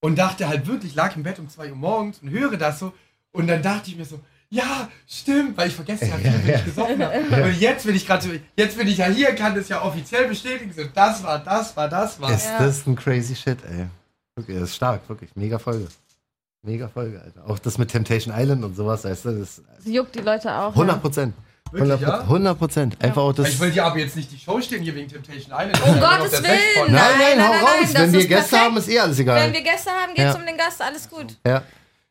Speaker 3: und dachte halt wirklich, lag im Bett um 2 Uhr morgens und höre das so und dann dachte ich mir so, ja, stimmt, weil ich vergessen habe,
Speaker 4: Ja,
Speaker 3: wenn
Speaker 4: ja.
Speaker 3: ich gesoffen habe. Und jetzt bin ich gerade, so- jetzt bin ich ja hier, kann das ja offiziell bestätigen, so, das war, das war, das war.
Speaker 4: Ist das ein crazy Shit, ey. Wirklich, das ist stark, wirklich. Mega Folge. Mega Folge, Alter. Auch das mit Temptation Island und sowas, weißt du, das ist
Speaker 2: Sie juckt die Leute auch.
Speaker 4: 100 Prozent.
Speaker 3: Wirklich,
Speaker 4: 100
Speaker 3: ja?
Speaker 4: Prozent. Einfach auch das.
Speaker 3: ich will dir aber jetzt nicht die Show stehen hier wegen Temptation Island.
Speaker 2: Um Gottes Willen!
Speaker 4: Nein, nein,
Speaker 2: Nein, nein,
Speaker 4: hau
Speaker 2: nein,
Speaker 4: raus.
Speaker 2: nein, das
Speaker 4: Wenn wir
Speaker 2: ist
Speaker 4: Gäste
Speaker 2: perfekt.
Speaker 4: haben, ist eh alles
Speaker 2: Ja.
Speaker 4: egal.
Speaker 2: Wenn wir Gäste haben,
Speaker 4: Ja.
Speaker 2: geht's um den Gast, alles gut.
Speaker 4: Ja.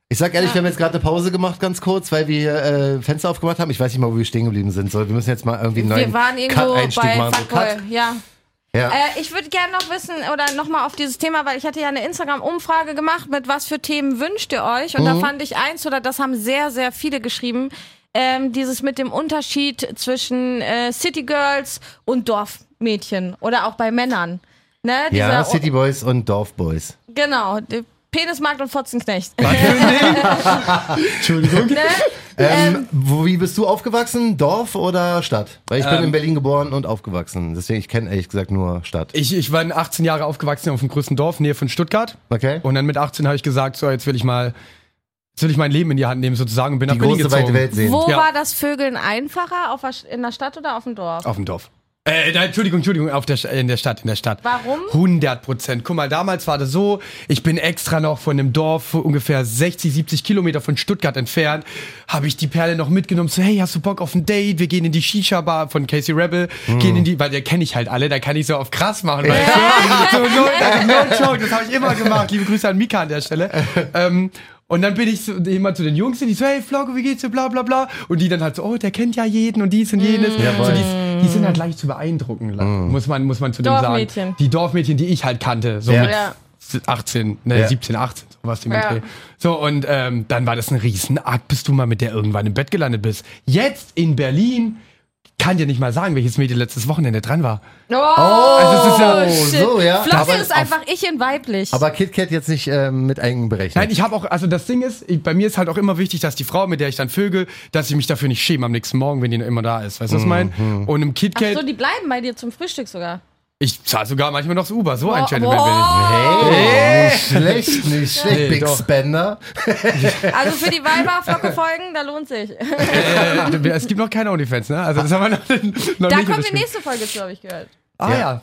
Speaker 4: Ich sag ehrlich, wir haben jetzt gerade eine Pause gemacht, ganz kurz, weil wir äh, Fenster aufgemacht haben. Ich weiß nicht mal, wo wir stehen geblieben sind. So, wir müssen jetzt mal irgendwie einen neuen
Speaker 2: Wir waren irgendwo
Speaker 4: Cut-Einstieg
Speaker 2: bei
Speaker 4: machen. So, Cut.
Speaker 2: Fuckboy. Ja.
Speaker 4: Ja.
Speaker 2: Äh, ich würde gerne noch wissen oder nochmal auf dieses Thema, weil ich hatte ja eine Instagram-Umfrage gemacht mit was für Themen wünscht ihr euch und da
Speaker 4: Mhm.
Speaker 2: fand ich eins oder das haben sehr, sehr viele geschrieben, ähm, dieses mit dem Unterschied zwischen äh, City Girls und Dorfmädchen oder auch bei Männern. Ne,
Speaker 4: ja,
Speaker 2: dieser-
Speaker 4: City Boys und Dorf Boys.
Speaker 2: Genau, die Penismarkt und Fotzenknecht.
Speaker 3: Entschuldigung.
Speaker 2: ne?
Speaker 4: Ähm, wo, wie bist du aufgewachsen? Dorf oder Stadt? Weil ich
Speaker 3: Ähm,
Speaker 4: bin in Berlin geboren und aufgewachsen. Deswegen, ich kenne ehrlich gesagt nur Stadt.
Speaker 3: Ich, ich war in 18 Jahre aufgewachsen auf dem größten Dorf, Nähe von Stuttgart.
Speaker 4: Okay?
Speaker 3: Und dann mit 18 habe ich gesagt, so jetzt will ich mal, jetzt will ich mein Leben in die Hand nehmen sozusagen und bin
Speaker 4: Die
Speaker 3: nach Berlin
Speaker 4: große
Speaker 3: gezogen.
Speaker 4: weite Welt sehen.
Speaker 2: Wo
Speaker 3: Ja.
Speaker 2: war das Vögeln einfacher? Auf der, Sch- in der Stadt oder auf dem Dorf?
Speaker 3: Auf dem Dorf. Äh, da, Entschuldigung, Entschuldigung, auf der, Sch- äh, in der Stadt, in der Stadt.
Speaker 2: Warum?
Speaker 3: 100 Prozent. Guck mal, damals war das so, ich bin extra noch von einem Dorf ungefähr 60, 70 Kilometer von Stuttgart entfernt, habe ich die Perle noch mitgenommen, so, hey, hast du Bock auf ein Date? Wir gehen in die Shisha-Bar von Casey Rebel, gehen in die, weil der kenne ich halt alle, da kann ich so auf krass machen, weißt du? So, no, no joke, das habe ich immer gemacht. Liebe Grüße an Mika an der Stelle. Ähm, und dann bin ich so, immer zu den Jungs, hin, die so, hey, Flauke, wie geht's dir, bla, bla, bla. Und die dann halt so, oh, der kennt ja jeden und dies und jenes. So, die, die sind halt leicht zu beeindrucken,
Speaker 4: Mm.
Speaker 3: muss, man, muss man zu dem sagen.
Speaker 2: Mm. Dorfmädchen.
Speaker 3: Die Dorfmädchen, die ich halt kannte, so
Speaker 4: Ja.
Speaker 3: mit
Speaker 2: Ja.
Speaker 3: 18, ne,
Speaker 4: Ja.
Speaker 3: 17, 18, sowas dem
Speaker 2: Ja.
Speaker 3: Dreh. So, und ähm, dann war das ein Riesenakt, bis du mal mit der irgendwann im Bett gelandet bist. Jetzt in Berlin kann dir nicht mal sagen, welches Mädel letztes Wochenende dran war.
Speaker 2: Oh,
Speaker 3: also es ist ja-
Speaker 2: shit.
Speaker 4: so, ja.
Speaker 2: Flossi
Speaker 4: Aber
Speaker 2: ist
Speaker 4: auf-
Speaker 2: einfach ich in weiblich.
Speaker 4: Aber KitKat jetzt nicht ähm, mit einberechnet.
Speaker 3: Nein, ich habe auch, also das Ding ist, ich, bei mir ist halt auch immer wichtig, dass die Frau, mit der ich dann vögel, dass ich mich dafür nicht schäme am nächsten Morgen, wenn die immer da ist. Weißt du, was ich
Speaker 4: Mhm.
Speaker 3: meine? Und im
Speaker 2: Ach
Speaker 3: KitKat,
Speaker 2: so, die bleiben bei dir zum Frühstück sogar.
Speaker 3: ich zahle sogar manchmal noch das Uber, so ein
Speaker 2: Oh,
Speaker 3: Gentleman bin
Speaker 4: Hey, nicht Oh, schlecht, nicht schlecht,
Speaker 3: Nee,
Speaker 4: Big
Speaker 3: doch.
Speaker 4: Spender.
Speaker 2: Also für die Weiber Flocke folgen, da lohnt sich.
Speaker 3: ich. Äh, es gibt noch keine Onlyfans, ne? Also das haben wir noch, noch
Speaker 2: Da
Speaker 3: nicht
Speaker 2: kommt die
Speaker 3: unterschrieben.
Speaker 2: nächste Folge zu, habe ich gehört.
Speaker 3: Ah
Speaker 4: Ja.
Speaker 3: ja.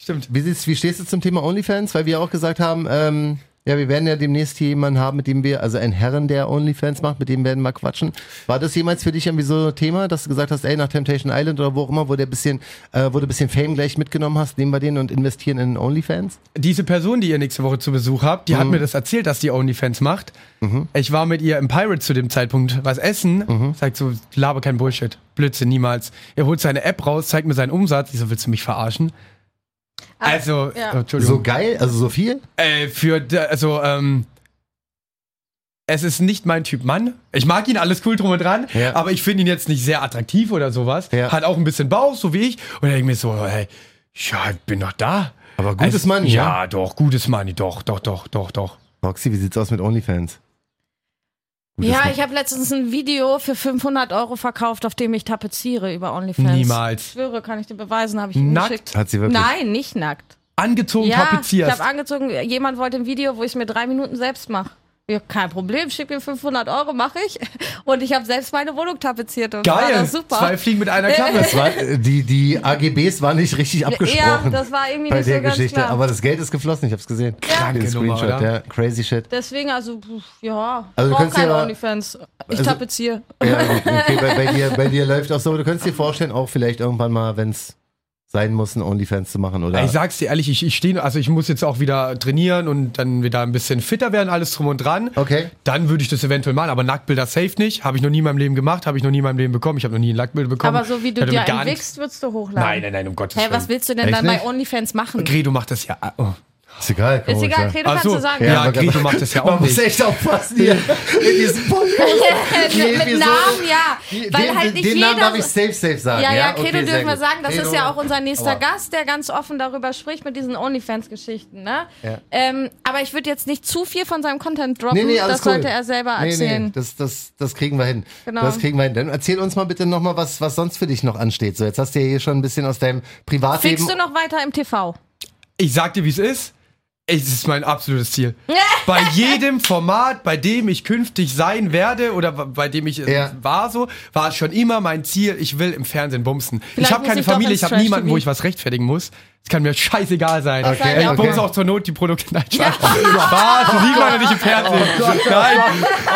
Speaker 3: Stimmt.
Speaker 4: Wie, sieht's, wie stehst du zum Thema OnlyFans? Weil wir auch gesagt haben, ähm, ja, wir werden ja demnächst hier jemanden haben, mit dem wir, also einen Herren, der OnlyFans macht, mit dem werden wir mal quatschen. War das jemals für dich irgendwie so ein Thema, dass du gesagt hast, ey, nach Temptation Island oder wo auch immer, wo, der bisschen, äh, wo du ein bisschen Fame gleich mitgenommen hast, nehmen wir den und investieren in OnlyFans?
Speaker 3: Diese Person, die ihr nächste Woche zu Besuch habt, die hat mir das erzählt, dass die OnlyFans macht. Ich war mit ihr im Pirate zu dem Zeitpunkt was essen. Sagt so, laber kein Bullshit. Blödsinn, niemals. Er holt seine App raus, zeigt mir seinen Umsatz. Ich so, willst du mich verarschen? also,
Speaker 2: Ah, ja.
Speaker 3: äh, Entschuldigung.
Speaker 4: So geil, also so viel?
Speaker 3: Äh, für, d- also, ähm, es ist nicht mein Typ Mann. Ich mag ihn, alles cool drum und dran,
Speaker 4: Ja.
Speaker 3: aber ich finde ihn jetzt nicht sehr attraktiv oder sowas.
Speaker 4: Ja.
Speaker 3: Hat auch ein bisschen Bauch, so wie ich. Und dann denke ich mir so, hey, ja, ich bin doch da.
Speaker 4: Aber gutes
Speaker 3: Also,
Speaker 4: Money,
Speaker 3: Ja, doch, gutes Money, doch, doch, doch, doch, doch.
Speaker 4: Roxy, wie sieht's aus mit OnlyFans?
Speaker 2: ja, ich habe letztens ein Video für 500 Euro verkauft, auf dem ich tapeziere über OnlyFans. Ich
Speaker 3: Niemals.
Speaker 2: schwöre, kann ich dir beweisen, habe ich ihm
Speaker 3: Nackt?
Speaker 2: geschickt.
Speaker 4: Hat sie wirklich?
Speaker 2: Nein, nicht nackt.
Speaker 3: Angezogen,
Speaker 2: Ja,
Speaker 3: tapeziert.
Speaker 2: ich habe angezogen, jemand wollte ein Video, wo ich es mir drei Minuten selbst mache. Ja, kein Problem, schick mir 500 Euro, mache ich. Und ich habe selbst meine Wohnung tapeziert. Und War
Speaker 3: Geil,
Speaker 2: das super.
Speaker 3: zwei Fliegen mit einer Klappe.
Speaker 4: Das war, äh, die, die AGBs waren nicht richtig abgesprochen.
Speaker 2: Ja, das war irgendwie
Speaker 4: bei
Speaker 2: nicht
Speaker 4: der
Speaker 2: so ganz
Speaker 4: Geschichte,
Speaker 2: klar.
Speaker 4: aber das Geld ist geflossen, ich hab's gesehen. Ja. Den
Speaker 3: Kranke Nummer,
Speaker 4: Screenshot,
Speaker 3: oder?
Speaker 4: ja, crazy shit.
Speaker 2: Deswegen, also, pf, ja,
Speaker 4: Also, du
Speaker 2: also, brauch
Speaker 4: kannst dir
Speaker 2: keine
Speaker 4: aber-
Speaker 2: Onlyfans. Ich
Speaker 4: Also-
Speaker 2: tapeziere.
Speaker 4: Ja, okay, bei, bei, dir, bei dir läuft auch so. Du könntest dir vorstellen, auch vielleicht irgendwann mal, wenn es sein muss, ein OnlyFans zu machen, oder?
Speaker 3: Ich sag's dir ehrlich, ich, ich stehe, also ich muss jetzt auch wieder trainieren und dann wieder ein bisschen fitter werden, alles drum und dran.
Speaker 4: Okay.
Speaker 3: Dann würde ich das eventuell machen, aber Nacktbilder safe nicht. Habe ich noch nie in meinem Leben gemacht, habe ich noch nie in meinem Leben bekommen. Ich habe noch nie ein Nacktbild bekommen.
Speaker 2: Aber so wie du
Speaker 3: Hätte
Speaker 2: dir
Speaker 3: damit gar
Speaker 2: einen
Speaker 3: nichts-
Speaker 2: wickst, würdest du hochladen.
Speaker 3: Nein, nein, nein, um Gottes
Speaker 2: Hey,
Speaker 3: Willen.
Speaker 2: was willst du denn
Speaker 4: Echt
Speaker 2: dann bei
Speaker 4: nicht?
Speaker 2: OnlyFans machen?
Speaker 3: Gredo macht das ja. Oh.
Speaker 4: Ist egal. kann
Speaker 2: Ist
Speaker 4: man ruhig
Speaker 2: egal,
Speaker 4: sagen.
Speaker 2: Credo kannst du
Speaker 3: so,
Speaker 2: sagen.
Speaker 3: Ja,
Speaker 4: man kann-
Speaker 3: Gredo macht das ja auch
Speaker 4: Man muss
Speaker 3: nicht.
Speaker 4: echt aufpassen hier in diesem Podcast. Die
Speaker 2: Mit,
Speaker 4: Episode-
Speaker 2: mit Namen, ja.
Speaker 4: Die-
Speaker 2: Weil
Speaker 4: den,
Speaker 2: halt nicht
Speaker 4: den
Speaker 2: jeder.
Speaker 4: Namen darf ich
Speaker 2: so-
Speaker 4: safe, safe sagen.
Speaker 2: ja, ja,
Speaker 4: okay,
Speaker 2: Credo
Speaker 4: sehr
Speaker 2: dürfen wir
Speaker 4: gut.
Speaker 2: sagen, das ist
Speaker 4: Credo.
Speaker 2: ja auch unser nächster
Speaker 4: Aua.
Speaker 2: Gast, der ganz offen darüber spricht mit diesen OnlyFans-Geschichten, ne?
Speaker 4: Ja.
Speaker 2: Ähm, aber ich würde jetzt nicht zu viel von seinem Content droppen,
Speaker 4: Nee, nee, alles
Speaker 2: das
Speaker 4: cool.
Speaker 2: sollte er selber
Speaker 4: Nee,
Speaker 2: erzählen.
Speaker 4: Nee, das, das, das kriegen wir hin.
Speaker 2: Genau.
Speaker 4: Das kriegen wir hin. Dann erzähl uns mal bitte nochmal, was, was sonst für dich noch ansteht. So, jetzt hast du ja hier schon ein bisschen aus deinem Privatleben.
Speaker 2: Fickst du noch weiter im TV?
Speaker 3: Ich sag dir, wie es ist. Es ist mein absolutes Ziel. bei jedem Format, bei dem ich künftig sein werde oder bei dem ich äh,
Speaker 4: Ja.
Speaker 3: war so, war es schon immer mein Ziel, ich will im Fernsehen bumsen.
Speaker 2: Vielleicht
Speaker 3: ich habe
Speaker 2: muss
Speaker 3: keine
Speaker 2: ich doch
Speaker 3: Familie,
Speaker 2: ins
Speaker 3: ich habe
Speaker 2: Trash
Speaker 3: niemanden, wo
Speaker 2: TV.
Speaker 3: ich was rechtfertigen muss. Es kann mir scheißegal sein.
Speaker 4: Okay, Oh
Speaker 3: ich bumse
Speaker 4: okay.
Speaker 3: auch zur Not die Produkte. Nein, Spaß. Spaß, das sieht man doch nicht im Fernsehen. Nein,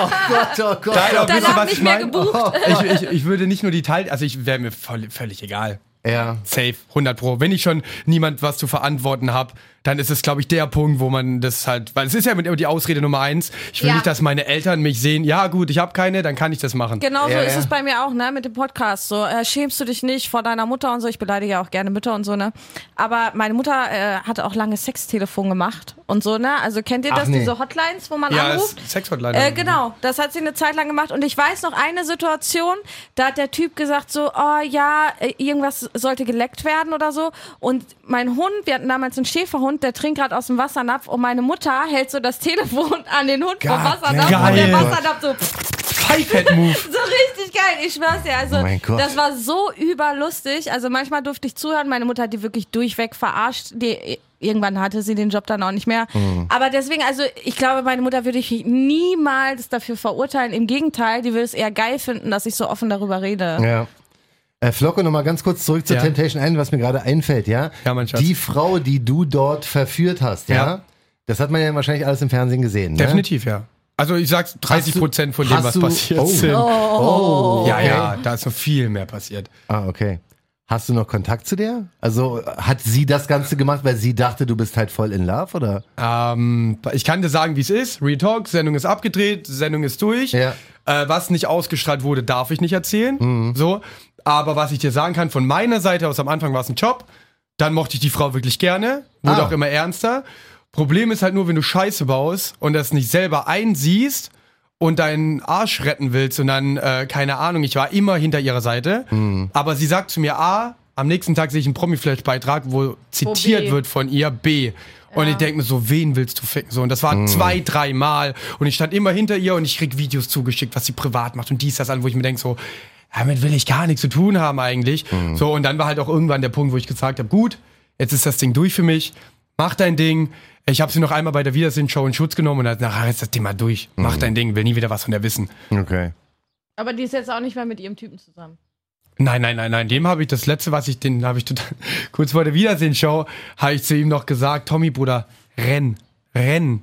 Speaker 4: Oh Gott, oh Gott.
Speaker 3: nein, aber wisst ihr,
Speaker 2: Danach
Speaker 3: was
Speaker 2: nicht
Speaker 3: ich
Speaker 2: mehr
Speaker 3: meine?
Speaker 4: Oh.
Speaker 2: gebucht.
Speaker 3: Ich, ich, ich würde nicht nur die Teil, also ich wäre mir voll, völlig egal.
Speaker 4: Ja.
Speaker 3: Safe, 100 Pro. Wenn ich schon niemand was zu verantworten habe, dann ist es, glaube ich, der Punkt, wo man das halt, weil es ist ja immer die Ausrede Nummer eins. Ich will
Speaker 2: Ja.
Speaker 3: nicht, dass meine Eltern mich sehen. Ja gut, ich habe keine, dann kann ich das machen.
Speaker 2: Genau so
Speaker 4: Ja,
Speaker 2: ist
Speaker 4: ja.
Speaker 2: es bei mir auch, ne, mit dem Podcast. So, äh, schämst du dich nicht vor deiner Mutter und so. Ich beleidige ja auch gerne Mütter und so, ne. Aber meine Mutter äh, hat auch lange Sextelefon gemacht und so, ne. Also kennt ihr
Speaker 4: Ach,
Speaker 2: das,
Speaker 4: nee.
Speaker 2: diese Hotlines, wo man
Speaker 3: Ja,
Speaker 2: anruft?
Speaker 3: ist Sexhotline.
Speaker 2: Äh, genau, das hat sie eine Zeit lang gemacht. Und ich weiß noch eine Situation, da hat der Typ gesagt so, oh ja, äh, irgendwas sollte geleckt werden oder so. Und mein Hund, wir hatten damals einen Schäferhund, der trinkt gerade aus dem Wassernapf und meine Mutter hält so das Telefon an den Hund vom
Speaker 4: Gott,
Speaker 2: Wassernapf und
Speaker 3: geil.
Speaker 2: der Wassernapf so,
Speaker 3: Five-Head-Move.
Speaker 2: so richtig geil. Ich schwör's dir. Also,
Speaker 4: Oh mein Gott.
Speaker 2: das war so überlustig. Also, manchmal durfte ich zuhören. Meine Mutter hat die wirklich durchweg verarscht. Die, irgendwann hatte sie den Job dann auch nicht mehr.
Speaker 4: Mhm.
Speaker 2: Aber deswegen, also, ich glaube, meine Mutter würde ich niemals dafür verurteilen. Im Gegenteil, die würde es eher geil finden, dass ich so offen darüber rede.
Speaker 4: Ja. Äh, Flocke, nochmal ganz kurz zurück zu
Speaker 3: Ja.
Speaker 4: Temptation Island, was mir gerade einfällt, ja?
Speaker 3: Ja, mein Schatz.
Speaker 4: Die Frau, die du dort verführt hast, ja?
Speaker 3: Ja.
Speaker 4: Das hat man ja wahrscheinlich alles im Fernsehen gesehen, ne?
Speaker 3: Definitiv, ja. Also ich sag's, 30 Prozent von dem,
Speaker 4: hast
Speaker 3: was
Speaker 4: du-
Speaker 3: passiert
Speaker 4: oh.
Speaker 3: sind.
Speaker 4: Oh,
Speaker 3: Ja,
Speaker 4: okay.
Speaker 3: ja, da ist noch viel mehr passiert.
Speaker 4: Ah, okay. Hast du noch Kontakt zu der? Also äh, hat sie das Ganze gemacht, weil sie dachte, du bist halt voll in love, oder?
Speaker 3: Ähm, ich kann dir sagen, wie es ist. Real Talk, Sendung ist abgedreht, Sendung ist durch.
Speaker 4: Ja. Mhm.
Speaker 3: Äh, was nicht ausgestrahlt wurde, darf ich nicht erzählen. So. Aber was ich dir sagen kann, von meiner Seite aus, am Anfang war es ein Job. Dann mochte ich die Frau wirklich gerne. Wurde
Speaker 4: Ah.
Speaker 3: auch immer ernster. Problem ist halt nur, wenn du Scheiße baust und das nicht selber einsiehst und deinen Arsch retten willst und dann, äh, keine Ahnung, ich war immer hinter ihrer Seite.
Speaker 4: Mhm.
Speaker 3: Aber sie sagt zu mir, A, am nächsten Tag sehe ich einen Promi-Flash-Beitrag, wo zitiert
Speaker 2: B.
Speaker 3: wird von ihr, B. Und ich denke mir so, wen willst du ficken? So, und das waren zwei, drei Mal. Und ich stand immer hinter ihr und ich krieg Videos zugeschickt, was sie privat macht und dies, das an, wo ich mir denke so, damit will ich gar nichts zu tun haben eigentlich. So, und dann war halt auch irgendwann der Punkt, wo ich gesagt habe, gut, jetzt ist das Ding durch für mich, mach dein Ding. Ich habe sie noch einmal bei der Wiedersehen-Show in Schutz genommen und dann nachher ist das Thema durch. Mach dein Ding, will nie wieder was von der wissen.
Speaker 4: Okay.
Speaker 2: Aber die ist jetzt auch nicht mehr mit ihrem Typen zusammen.
Speaker 3: Nein, nein, nein, nein. Dem habe ich das letzte, was ich den habe ich total, kurz vor der Wiedersehen-Show habe ich zu ihm noch gesagt, Tommy Bruder, renn, renn.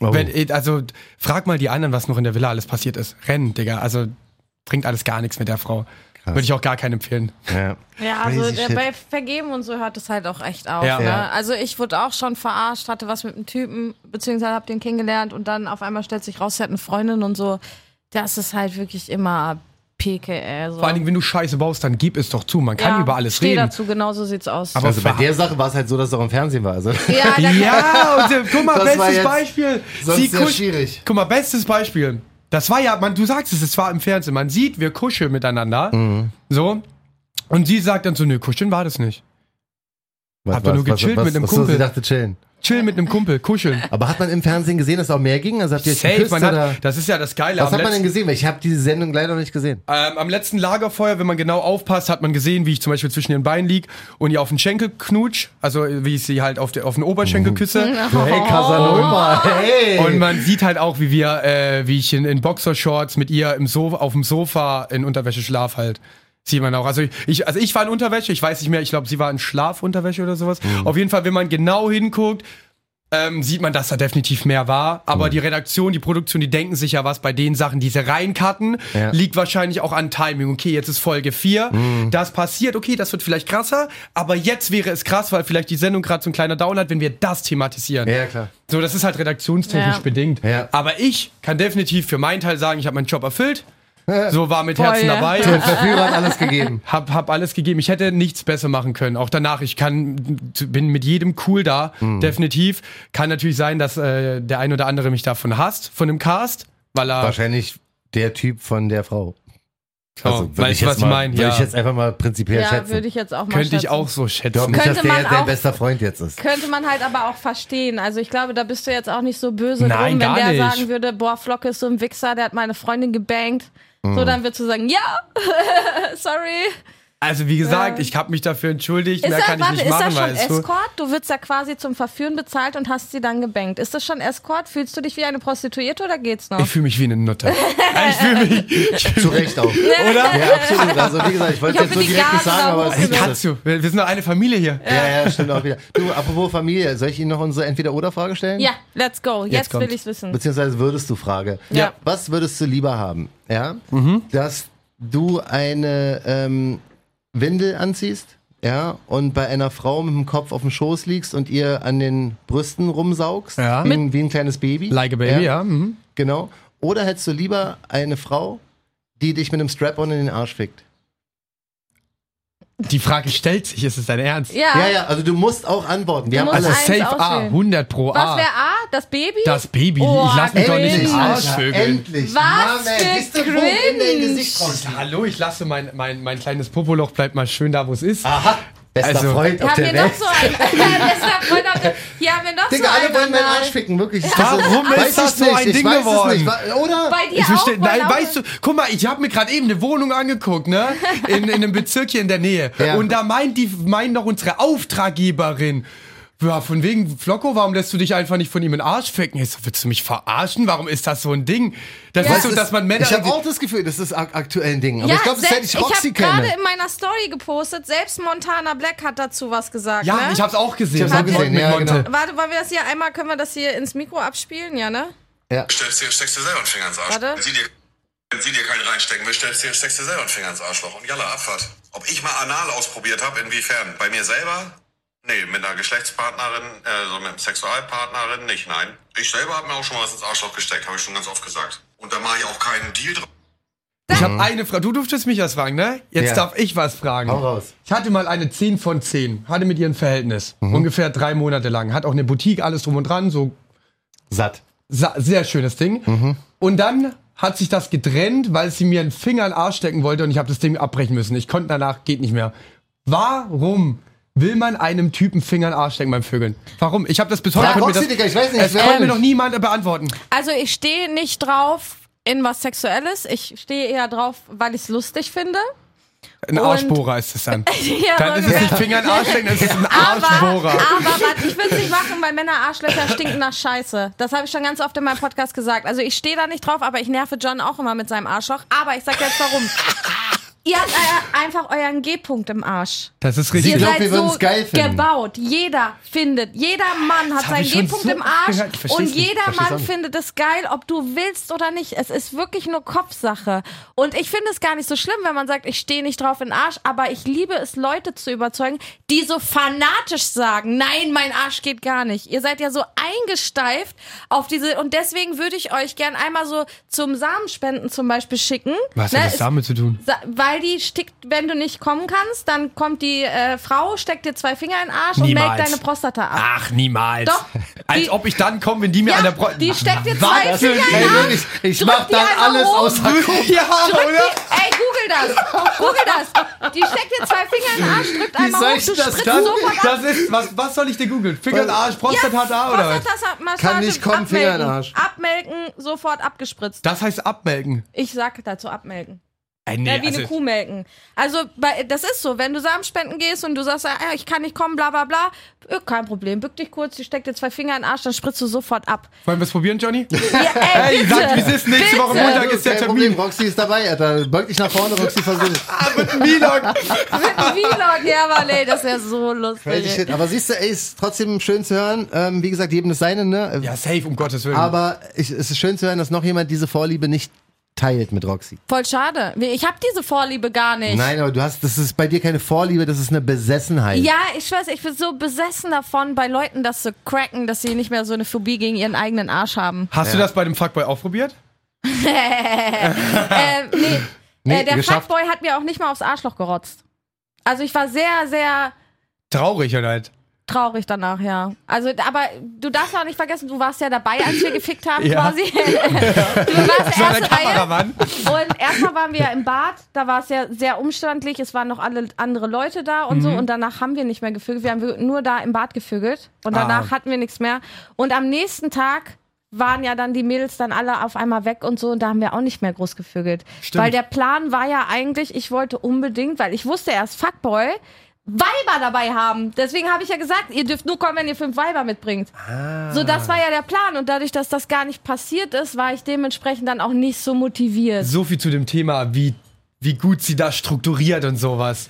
Speaker 4: Oh.
Speaker 3: Wenn, also frag mal die anderen, was noch in der Villa alles passiert ist. Renn, Digga. Also bringt alles gar nichts mit der Frau. Würde ich auch gar keinen empfehlen.
Speaker 4: Ja.
Speaker 2: Ja,
Speaker 4: Crazy
Speaker 2: also
Speaker 4: shit.
Speaker 2: äh, bei Vergeben und so hört es halt auch echt auf.
Speaker 3: Ja.
Speaker 2: Ne?
Speaker 4: Ja.
Speaker 2: Also ich wurde auch schon verarscht, hatte was mit einem Typen, beziehungsweise hab den kennengelernt und dann auf einmal stellt sich raus, sie hat eine Freundin und so. Das ist halt wirklich immer Peke, ey. So.
Speaker 3: Vor allen Dingen, wenn du Scheiße baust, dann gib es doch zu. Man kann
Speaker 2: Ja,
Speaker 3: über alles
Speaker 2: steh
Speaker 3: reden.
Speaker 2: dazu, genau so sieht's aus.
Speaker 3: Aber-
Speaker 4: Also bei der Sache war es halt so, dass es auch im Fernsehen war. Also.
Speaker 2: ja, da,
Speaker 3: Ja, und, äh, guck mal,
Speaker 4: Das war
Speaker 3: bestes
Speaker 4: jetzt
Speaker 3: Beispiel.
Speaker 4: sonst sehr
Speaker 3: kusch-
Speaker 4: schwierig.
Speaker 3: Guck mal, bestes Beispiel. Das war ja, man, du sagst es, es war im Fernsehen. Man sieht, wir kuscheln miteinander.
Speaker 4: Mhm.
Speaker 3: So. Und sie sagt dann so, nö, kuscheln war das nicht.
Speaker 4: Was,
Speaker 3: Hab doch nur gechillt mit einem
Speaker 4: achso,
Speaker 3: Kumpel.
Speaker 4: Sie dachte chillen.
Speaker 3: Chill mit einem Kumpel, kuscheln.
Speaker 4: Aber hat man im Fernsehen gesehen, dass auch mehr ging? Also habt ihr euch
Speaker 3: Safe,
Speaker 4: geküsst,
Speaker 3: man
Speaker 4: oder?
Speaker 3: hat, das ist ja das Geile.
Speaker 4: Was
Speaker 3: am
Speaker 4: hat man denn
Speaker 3: letzten-
Speaker 4: gesehen? Weil Ich habe diese Sendung leider noch nicht gesehen.
Speaker 3: Ähm, am letzten Lagerfeuer, wenn man genau aufpasst, hat man gesehen, wie ich zum Beispiel zwischen ihren Beinen lieg und ihr auf den Schenkel knutsch, also äh, wie ich sie halt auf, der, auf den Oberschenkel küsse.
Speaker 4: Hey
Speaker 2: Oh.
Speaker 4: Casanova, hey!
Speaker 3: Und man sieht halt auch, wie wir, äh, wie ich in, in Boxershorts mit ihr im Sofa, auf dem Sofa in Unterwäsche schlaf halt. Sieht man auch. Also ich, also ich war in
Speaker 4: Mhm.
Speaker 3: Unterwäsche, ich weiß nicht mehr, ich glaube, sie war in Schlafunterwäsche oder sowas. Auf jeden Fall, wenn man genau hinguckt, ähm, sieht man, dass da definitiv mehr war.
Speaker 4: Mhm.
Speaker 3: Aber die Redaktion, die Produktion, die denken sich ja was bei den Sachen, die sie reinkarten.
Speaker 4: Ja. Mhm.
Speaker 3: Liegt wahrscheinlich auch an Timing. Okay, jetzt ist Folge 4. Das passiert, okay, das wird vielleicht krasser. Aber jetzt wäre es krass, weil vielleicht die Sendung gerade so ein kleiner Down hat, wenn wir das thematisieren.
Speaker 4: Ja, klar.
Speaker 3: So, das ist halt redaktionstechnisch
Speaker 2: Ja.
Speaker 3: bedingt.
Speaker 4: Ja.
Speaker 3: Aber ich kann definitiv für meinen Teil sagen, ich habe meinen Job erfüllt. So war mit Herzen
Speaker 2: ja.
Speaker 3: dabei.
Speaker 4: Der Verführer hat alles gegeben.
Speaker 3: Hab, hab alles gegeben. Ich hätte nichts besser machen können. Auch danach, ich kann, bin mit jedem cool da,
Speaker 4: Hm.
Speaker 3: definitiv. Kann natürlich sein, dass äh, der ein oder andere mich davon hasst, von dem Cast, weil er.
Speaker 4: Wahrscheinlich der Typ von der Frau. Also,
Speaker 3: Oh,
Speaker 4: würd
Speaker 3: weißt
Speaker 4: jetzt
Speaker 3: du, was ich
Speaker 4: mal-
Speaker 3: meine?
Speaker 4: Würde
Speaker 3: Ja.
Speaker 4: ich jetzt einfach mal prinzipiell
Speaker 2: Ja,
Speaker 4: schätzen.
Speaker 2: würde ich jetzt auch mal
Speaker 3: Könnte ich
Speaker 2: schätzen.
Speaker 3: auch so
Speaker 4: Ich glaube
Speaker 3: schätzen.
Speaker 4: nicht,
Speaker 2: Könnte
Speaker 4: dass der
Speaker 2: man
Speaker 4: dein
Speaker 2: auch-
Speaker 4: bester Freund jetzt ist.
Speaker 2: Könnte man halt aber auch verstehen. Also ich glaube, da bist du jetzt auch nicht so böse
Speaker 3: Nein,
Speaker 2: drum, wenn
Speaker 3: gar
Speaker 2: der
Speaker 3: nicht.
Speaker 2: sagen würde, boah, Flock ist so ein Wichser, der hat meine Freundin gebankt.
Speaker 3: Hm.
Speaker 2: So, dann würdest du sagen, ja, sorry.
Speaker 3: Also, wie gesagt, ich habe mich dafür entschuldigt.
Speaker 2: Ist,
Speaker 3: mehr
Speaker 2: er,
Speaker 3: kann ich
Speaker 2: warte,
Speaker 3: nicht
Speaker 2: ist
Speaker 3: machen,
Speaker 2: das schon
Speaker 3: weißt du?
Speaker 2: Escort? Du wirst ja quasi zum Verführen bezahlt und hast sie dann gebankt. Ist das schon Escort? Fühlst du dich wie eine Prostituierte oder geht's noch?
Speaker 3: Ich fühle mich wie eine Nutte. ich fühle mich.
Speaker 4: Zu Recht auch.
Speaker 3: Oder?
Speaker 4: Ja, absolut. Also wie gesagt, ich wollte
Speaker 2: Ich
Speaker 4: es jetzt
Speaker 2: hoffe,
Speaker 4: so
Speaker 2: die
Speaker 4: direkt nicht
Speaker 2: Gase
Speaker 4: sagen,
Speaker 2: da
Speaker 4: aber es
Speaker 3: Ey,
Speaker 4: ist es.
Speaker 3: Katsu, wir wir sind doch eine Familie hier.
Speaker 4: Ja, ja, stimmt auch wieder. Du, apropos Familie, soll ich Ihnen noch unsere Entweder-Oder-Frage stellen?
Speaker 2: ja, let's go. Jetzt,
Speaker 3: kommt.
Speaker 2: will ich's wissen.
Speaker 4: Beziehungsweise würdest du Frage.
Speaker 2: Ja.
Speaker 4: Was würdest du lieber haben? Ja.
Speaker 3: Mhm.
Speaker 4: Dass du eine ähm, Windel anziehst, ja, und bei einer Frau mit dem Kopf auf dem Schoß liegst und ihr an den Brüsten rumsaugst,
Speaker 3: Ja.
Speaker 4: wie, ein, wie ein kleines Baby.
Speaker 3: Like a Baby, ja. mhm.
Speaker 4: Genau. Oder hättest du lieber eine Frau, die dich mit einem Strap-on in den Arsch fickt?
Speaker 3: Die Frage stellt sich, ist es dein Ernst?
Speaker 2: Ja,
Speaker 4: Ja, ja, also du musst auch antworten. Wir
Speaker 2: Du
Speaker 4: haben
Speaker 2: musst
Speaker 4: alle.
Speaker 3: Also,
Speaker 2: eins
Speaker 3: safe A,
Speaker 2: auswählen.
Speaker 3: 100 pro
Speaker 2: Was
Speaker 4: Ah.
Speaker 3: A.
Speaker 2: wäre A? Das Baby?
Speaker 3: Das Baby,
Speaker 2: Oh,
Speaker 3: ich lass mich doch nicht in den
Speaker 2: cringe.
Speaker 3: Arsch
Speaker 4: Alter,
Speaker 3: vögeln.
Speaker 4: Endlich.
Speaker 2: Was
Speaker 4: Mann, ey,
Speaker 2: für
Speaker 4: siehst du, wo in dein
Speaker 2: cringe.
Speaker 4: Gesicht kommt.
Speaker 3: Hallo, ich lasse mein, mein, mein kleines Popoloch, bleibt mal schön da, wo es ist.
Speaker 4: Aha, bester
Speaker 3: Also,
Speaker 4: Freund auf
Speaker 2: haben
Speaker 4: der
Speaker 2: wir noch
Speaker 4: Welt.
Speaker 2: so einen. Deshalb wollen wir- Hier haben wir noch
Speaker 4: Digga,
Speaker 2: so einen.
Speaker 4: alle wollen meinen
Speaker 2: Anal.
Speaker 4: Arsch ficken, wirklich.
Speaker 3: Warum
Speaker 4: Weiß
Speaker 3: ist das
Speaker 4: ich
Speaker 3: so
Speaker 4: nicht,
Speaker 3: ein
Speaker 4: ich
Speaker 3: Ding
Speaker 4: weiß es
Speaker 3: geworden?
Speaker 4: nicht, wa- Oder?
Speaker 2: Bei dir
Speaker 3: Ich
Speaker 2: auch?
Speaker 3: verstehe, nein,
Speaker 2: Wollen auch-
Speaker 3: weißt du, guck mal, ich habe mir gerade eben eine Wohnung angeguckt, ne? In, in einem Bezirk hier in der Nähe.
Speaker 4: Ja.
Speaker 3: Und da meint die, meinen doch unsere Auftraggeberin. Ja, von wegen, Flocko, warum lässt du dich einfach nicht von ihm in den Arsch ficken? Ich so, willst du mich verarschen? Warum ist das so ein Ding? Das
Speaker 2: Ja.
Speaker 3: ist so, dass man Männer.
Speaker 4: ich habe auch das Gefühl, das ist ak aktuell ein Ding. Aber
Speaker 2: ja,
Speaker 4: ich glaube, das hätte
Speaker 2: selbst,
Speaker 4: ich
Speaker 2: ich
Speaker 4: Roxy
Speaker 2: habe gerade
Speaker 4: kenne.
Speaker 2: in meiner Story gepostet, selbst Montana Black hat dazu was gesagt.
Speaker 3: ja,
Speaker 2: ne?
Speaker 3: ich hab's auch gesehen.
Speaker 4: hab's auch
Speaker 3: Mit
Speaker 4: gesehen, ja,
Speaker 3: Monte.
Speaker 4: genau.
Speaker 2: Warte, wollen wir das hier einmal, können wir das hier ins Mikro abspielen? Ja, ne?
Speaker 5: Stellst dir, steckst dir selber einen Finger ins Arsch.
Speaker 2: Warte.
Speaker 5: Wenn sie dir, wenn sie dir keinen reinstecken will, stellst dir, steckst dir selber einen Finger ins Arschloch. Und jalla, Abfahrt. Ob ich mal anal ausprobiert habe, inwiefern? Bei mir selber? Nee, mit einer Geschlechtspartnerin, äh, so mit einem Sexualpartnerin nicht, nein. Ich selber habe mir auch schon mal was ins Arschloch gesteckt, habe ich schon ganz oft gesagt. Und da mache ich auch keinen Deal drauf.
Speaker 3: Ich habe eine Frage. Du durftest mich was fragen, ne? Jetzt
Speaker 4: Ja.
Speaker 3: darf ich was fragen.
Speaker 4: Hau raus.
Speaker 3: Ich hatte mal eine 10 von 10. Hatte mit ihr ein Verhältnis.
Speaker 4: Mhm.
Speaker 3: Ungefähr drei Monate lang. Hat auch eine Boutique, alles drum und dran. So
Speaker 4: Satt.
Speaker 3: sa- sehr schönes Ding.
Speaker 4: Mhm.
Speaker 3: Und dann hat sich das getrennt, weil sie mir einen Finger in den Arsch stecken wollte und ich habe das Ding abbrechen müssen. Ich konnte danach, geht nicht mehr. Warum will man einem Typen Finger in den Arsch stecken beim Vögeln? Warum? Ich habe das bis heute.
Speaker 4: Frag
Speaker 3: konnte mir
Speaker 4: Roxy,
Speaker 3: das-
Speaker 4: Digga, ich weiß nicht.
Speaker 3: Es
Speaker 4: ich
Speaker 3: konnte
Speaker 4: ähm,
Speaker 3: mir noch niemand beantworten.
Speaker 2: Also ich stehe nicht drauf in was Sexuelles. Ich stehe eher drauf, weil ich es lustig finde.
Speaker 3: Ein
Speaker 2: und-
Speaker 3: Arschbohrer ist es dann.
Speaker 2: Ja,
Speaker 3: Dann ist es nicht Finger in den Arsch stecken, dann ist es ein
Speaker 2: aber, aber
Speaker 3: Arschbohrer.
Speaker 2: warte, ich würde es nicht machen, weil Männer Arschlöcher stinken nach Scheiße. Das habe ich schon ganz oft in meinem Podcast gesagt. Also ich stehe da nicht drauf, aber ich nerve John auch immer mit seinem Arschloch. Aber ich sag jetzt warum. Ihr habt euer- einfach euren G-Punkt im Arsch.
Speaker 3: Das ist
Speaker 4: Ich
Speaker 3: richtig.
Speaker 2: Ihr
Speaker 4: glaub, wir
Speaker 2: seid
Speaker 4: würden's
Speaker 2: so
Speaker 4: geil finden.
Speaker 2: gebaut. Jeder findet, jeder Mann hat
Speaker 3: hab
Speaker 2: seinen
Speaker 3: ich schon
Speaker 2: G-Punkt
Speaker 3: so
Speaker 2: im
Speaker 3: oft
Speaker 2: Arsch
Speaker 3: gehört. Ich versteh's
Speaker 2: und
Speaker 3: nicht. Ich
Speaker 2: jeder
Speaker 4: versteh's auch
Speaker 2: Mann
Speaker 4: nicht.
Speaker 2: findet es geil, ob du willst oder nicht. Es ist wirklich nur Kopfsache. Und ich finde es gar nicht so schlimm, wenn man sagt, ich stehe nicht drauf in den Arsch, aber ich liebe es, Leute zu überzeugen, die so fanatisch sagen, nein, mein Arsch geht gar nicht. Ihr seid ja so eingesteift auf diese und deswegen würde ich euch gern einmal so zum Samenspenden zum Beispiel schicken.
Speaker 3: Was
Speaker 2: Ne,
Speaker 3: hat das
Speaker 2: es-
Speaker 3: damit zu tun?
Speaker 2: Sa- Weil die stickt, wenn du nicht kommen kannst, dann kommt die äh, Frau, steckt dir zwei Finger in den Arsch
Speaker 3: Niemals.
Speaker 2: und melkt deine Prostata
Speaker 4: Ah.
Speaker 2: ab.
Speaker 3: Ach, niemals.
Speaker 2: Doch,
Speaker 3: Als
Speaker 2: die-
Speaker 3: ob ich dann komme, wenn die mir
Speaker 2: Ja,
Speaker 3: an der Bro
Speaker 2: die steckt dir
Speaker 3: Was
Speaker 2: zwei
Speaker 3: für ein
Speaker 2: Finger in
Speaker 4: Ey,
Speaker 2: den Arsch.
Speaker 4: wirklich, ich
Speaker 2: Drück
Speaker 4: mach
Speaker 2: die
Speaker 4: dann
Speaker 2: einfach
Speaker 4: alles
Speaker 2: hoch.
Speaker 4: außer Kopf.
Speaker 3: Ja, oder?
Speaker 2: Ey, google das. Google das. Die steckt dir zwei Finger in den Arsch, drückt
Speaker 4: Wie
Speaker 2: einmal
Speaker 4: soll
Speaker 2: hoch,
Speaker 4: ich
Speaker 2: du
Speaker 4: das
Speaker 2: spritzt
Speaker 4: dann-
Speaker 2: sofort ab.
Speaker 3: Das ist, was, was soll ich dir googeln? Finger in den Arsch, Prostata da, oder was?
Speaker 2: Prostata-Massage,
Speaker 4: Ah, Kann nicht kommen, Finger in den
Speaker 2: abmelken. Abmelken, sofort abgespritzt.
Speaker 3: Das heißt abmelken.
Speaker 2: Ich sag dazu abmelken.
Speaker 3: Äh, nee,
Speaker 2: ja, wie
Speaker 4: also
Speaker 2: eine Kuh melken. Also, bei, das ist so, wenn du Samenspenden gehst und du sagst, ah, ich kann nicht kommen, bla bla bla, äh, kein Problem, bück dich kurz, die steckt dir zwei Finger in den Arsch, dann spritzt du sofort ab.
Speaker 3: Wollen wir es probieren, Johnny?
Speaker 2: Ja, ey,
Speaker 3: Ey,
Speaker 2: bitte.
Speaker 3: sagt, wie es ist, nächste Woche Montag Montag ist der
Speaker 4: kein Problem,
Speaker 3: Termin.
Speaker 4: Roxy ist dabei, Alter. Beug dich nach vorne, Roxy versucht.
Speaker 3: Vlog.
Speaker 2: Vlog, ja, aber nee, das wäre so lustig.
Speaker 4: Crazy
Speaker 2: ey.
Speaker 4: shit. Aber siehst du, ey, ist trotzdem schön zu hören. Ähm, wie gesagt, jedem das Seine, ne?
Speaker 3: Ja, safe, um Gottes Willen.
Speaker 4: Aber ich, es ist schön zu hören, dass noch jemand diese Vorliebe nicht teilt mit Roxy.
Speaker 2: Voll schade. Ich habe diese Vorliebe gar nicht.
Speaker 4: Nein, aber du hast, das ist bei dir keine Vorliebe, das ist eine Besessenheit.
Speaker 2: Ja, ich weiß, ich bin so besessen davon, bei Leuten das zu cracken, dass sie nicht mehr so eine Phobie gegen ihren eigenen Arsch haben.
Speaker 3: Hast du das bei dem Fuckboy auch probiert?
Speaker 2: Äh, nee.
Speaker 4: Ah. Nee,
Speaker 2: äh, der
Speaker 4: geschafft.
Speaker 2: Fuckboy hat mir auch nicht mal aufs Arschloch gerotzt. Also ich war sehr, sehr
Speaker 3: Traurig oder halt.
Speaker 2: traurig danach, ja. Also, aber du darfst auch nicht vergessen, du warst ja dabei, als wir gefickt haben
Speaker 3: Ja.
Speaker 2: quasi. Du warst
Speaker 3: War der
Speaker 2: erste Reihe.
Speaker 3: Kameramann?
Speaker 2: Und erstmal waren wir ja im Bad, da war es ja sehr umständlich, es waren noch alle andere Leute da und so
Speaker 3: Mhm.
Speaker 2: und danach haben wir nicht mehr gevögelt, wir haben wir- nur da im Bad gevögelt und
Speaker 3: Ah.
Speaker 2: danach hatten wir nichts mehr. Und am nächsten Tag waren ja dann die Mädels dann alle auf einmal weg und so und da haben wir auch nicht mehr groß gevögelt.
Speaker 3: Stimmt.
Speaker 2: Weil der Plan war ja eigentlich, ich wollte unbedingt, weil ich wusste erst Fuckboy, Weiber dabei haben. Deswegen habe ich ja gesagt, ihr dürft nur kommen, wenn ihr fünf Weiber mitbringt.
Speaker 3: Ah.
Speaker 2: So, das war ja der Plan. Und dadurch, dass das gar nicht passiert ist, war ich dementsprechend dann auch nicht so motiviert.
Speaker 3: So viel zu dem Thema, wie, wie gut sie das strukturiert und sowas.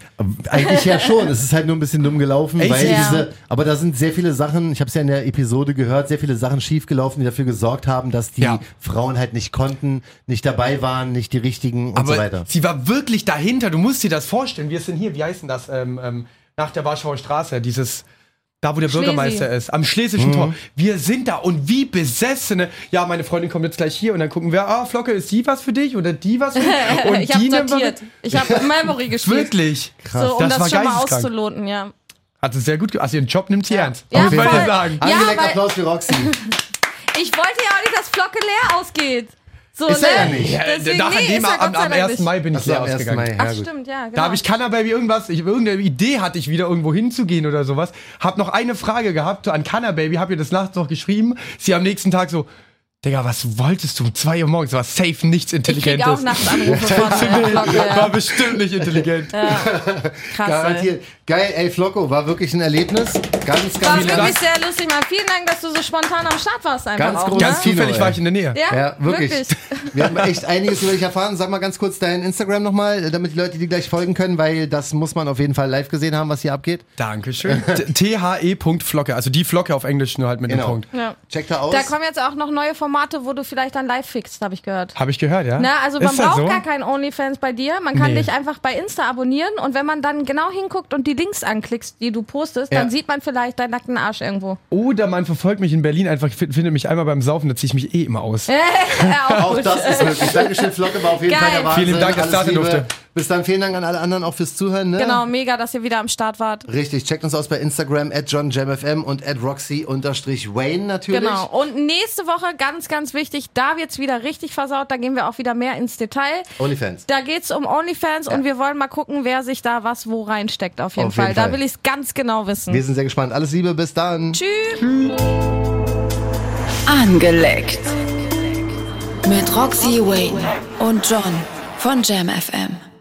Speaker 4: Eigentlich ja schon. Es ist halt nur ein bisschen dumm gelaufen,
Speaker 3: Echt?
Speaker 4: weil
Speaker 2: Ja.
Speaker 4: diese, aber da sind sehr viele Sachen, ich habe es ja in der Episode gehört, sehr viele Sachen schiefgelaufen, die dafür gesorgt haben, dass die
Speaker 3: Ja.
Speaker 4: Frauen halt nicht konnten, nicht dabei waren, nicht die richtigen und
Speaker 3: Aber
Speaker 4: so weiter.
Speaker 3: sie war wirklich dahinter. Du musst dir das vorstellen. Wir sind hier, wie heißt denn das? Ähm, ähm, nach der Warschauer Straße, dieses. Da, wo der
Speaker 2: Schlesi.
Speaker 3: Bürgermeister ist, am schlesischen
Speaker 4: Mhm.
Speaker 3: Tor. Wir sind da und wie Besessene. Ja, meine Freundin kommt jetzt gleich hier und dann gucken wir, ah, Flocke, ist die was für dich oder die was für dich? Und
Speaker 2: ich
Speaker 3: die
Speaker 2: habe
Speaker 3: nehmen wir
Speaker 2: sortiert.
Speaker 3: mit.
Speaker 2: Ich habe Memory gespielt.
Speaker 3: Wirklich.
Speaker 2: So, um das, schon mal
Speaker 3: geisteskrank.
Speaker 2: auszuloten, ja.
Speaker 3: Hat es sehr gut gemacht. Also ihren Job nimmt sie ernst.
Speaker 2: Ja,
Speaker 3: Muss man
Speaker 2: voll.
Speaker 3: dir sagen.
Speaker 2: Ja,
Speaker 4: Angeleckt
Speaker 2: weil-
Speaker 4: Applaus für Roxy.
Speaker 2: Ich wollte ja auch nicht, dass Flocke leer ausgeht. So,
Speaker 4: Ist
Speaker 2: ne?
Speaker 4: er ja nicht.
Speaker 3: Ja,
Speaker 2: Deswegen,
Speaker 3: nach
Speaker 2: nee,
Speaker 3: dem
Speaker 2: ist er Gott
Speaker 3: Abend
Speaker 2: sei
Speaker 3: am
Speaker 2: Dank
Speaker 3: 1. Mai bin ich
Speaker 4: Das war
Speaker 3: leer
Speaker 4: am 1.
Speaker 3: ausgegangen.
Speaker 4: Mai.
Speaker 2: Ach,
Speaker 4: Ja, gut.
Speaker 2: stimmt, ja, genau.
Speaker 3: Da habe ich Cannabis irgendwas, ich, irgendeine Idee hatte ich wieder irgendwo hinzugehen oder sowas. Hab noch eine Frage gehabt an Cannababy, hab ihr das nachts noch geschrieben. Sie am nächsten Tag so, Digga, was wolltest du um 2 Uhr morgens? War safe nichts
Speaker 2: ich krieg
Speaker 3: Intelligentes.
Speaker 2: auch nachts äh, Anrufe von der Flocke.
Speaker 3: War
Speaker 2: Ja.
Speaker 3: bestimmt nicht intelligent.
Speaker 2: Krass, ey.
Speaker 4: Garantiert. Geil, ey, Flocko, war wirklich ein Erlebnis. Ganz,
Speaker 2: War
Speaker 4: ganz,
Speaker 2: wirklich
Speaker 4: ganz,
Speaker 2: sehr lustig, Mann. Vielen Dank, dass du so spontan am Start warst einfach
Speaker 4: Ganz
Speaker 2: auch. ne?
Speaker 4: groß.
Speaker 3: Ganz
Speaker 4: Kino,
Speaker 3: zufällig
Speaker 4: ey.
Speaker 3: war ich in der Nähe.
Speaker 2: Ja,
Speaker 4: Ja, wirklich.
Speaker 2: wirklich.
Speaker 4: Wir haben echt einiges über dich erfahren. Sag mal ganz kurz dein Instagram nochmal, damit die Leute dir gleich folgen können, weil das muss man auf jeden Fall live gesehen haben, was hier abgeht.
Speaker 3: Dankeschön. THE.flocke, also die Flocke auf Englisch nur halt mit
Speaker 4: Genau.
Speaker 3: dem Punkt.
Speaker 2: Ja.
Speaker 4: Check da aus.
Speaker 2: Da kommen jetzt auch noch neue Formate, wo du vielleicht dann live fixst, habe ich gehört.
Speaker 3: Habe ich gehört, ja?
Speaker 2: Na, also
Speaker 3: Ist
Speaker 2: man
Speaker 3: das
Speaker 2: braucht
Speaker 3: so?
Speaker 2: gar keinen OnlyFans bei dir. Man kann
Speaker 3: Nee.
Speaker 2: dich einfach bei Insta abonnieren und wenn man dann genau hinguckt und die Links anklickst, die du postest,
Speaker 4: Ja.
Speaker 2: dann sieht man vielleicht deinen nackten Arsch irgendwo.
Speaker 3: Oder man verfolgt mich in Berlin einfach, fin- findet mich einmal beim Saufen, da ziehe ich mich eh immer aus.
Speaker 2: Ja,
Speaker 4: Auch
Speaker 2: gut.
Speaker 4: das ist möglich. Dankeschön, Flocke, war auf jeden
Speaker 2: Geil.
Speaker 4: Fall der Wahnsinn.
Speaker 3: Vielen Dank, dass
Speaker 4: Alles
Speaker 3: ich da sein
Speaker 4: Liebe.
Speaker 3: durfte.
Speaker 4: Bis dann, vielen Dank an alle anderen auch fürs Zuhören. Ne?
Speaker 2: Genau, mega, dass ihr wieder am Start wart.
Speaker 4: Richtig, checkt uns aus bei Instagram at johnjamfm und at roxy-wayne natürlich.
Speaker 2: Genau. Und nächste Woche, ganz, ganz wichtig, da wird's wieder richtig versaut. Da gehen wir auch wieder mehr ins Detail.
Speaker 4: Onlyfans.
Speaker 2: Da geht's um OnlyFans und wir wollen mal gucken, wer sich da was wo reinsteckt auf jeden
Speaker 4: Auf
Speaker 2: Fall.
Speaker 4: jeden Fall.
Speaker 2: Da will ich's ganz genau wissen.
Speaker 4: Wir sind sehr gespannt. Alles Liebe, bis dann.
Speaker 2: Tschüss.
Speaker 1: Angeleckt. Mit Roxy Wayne und John von Jam FM.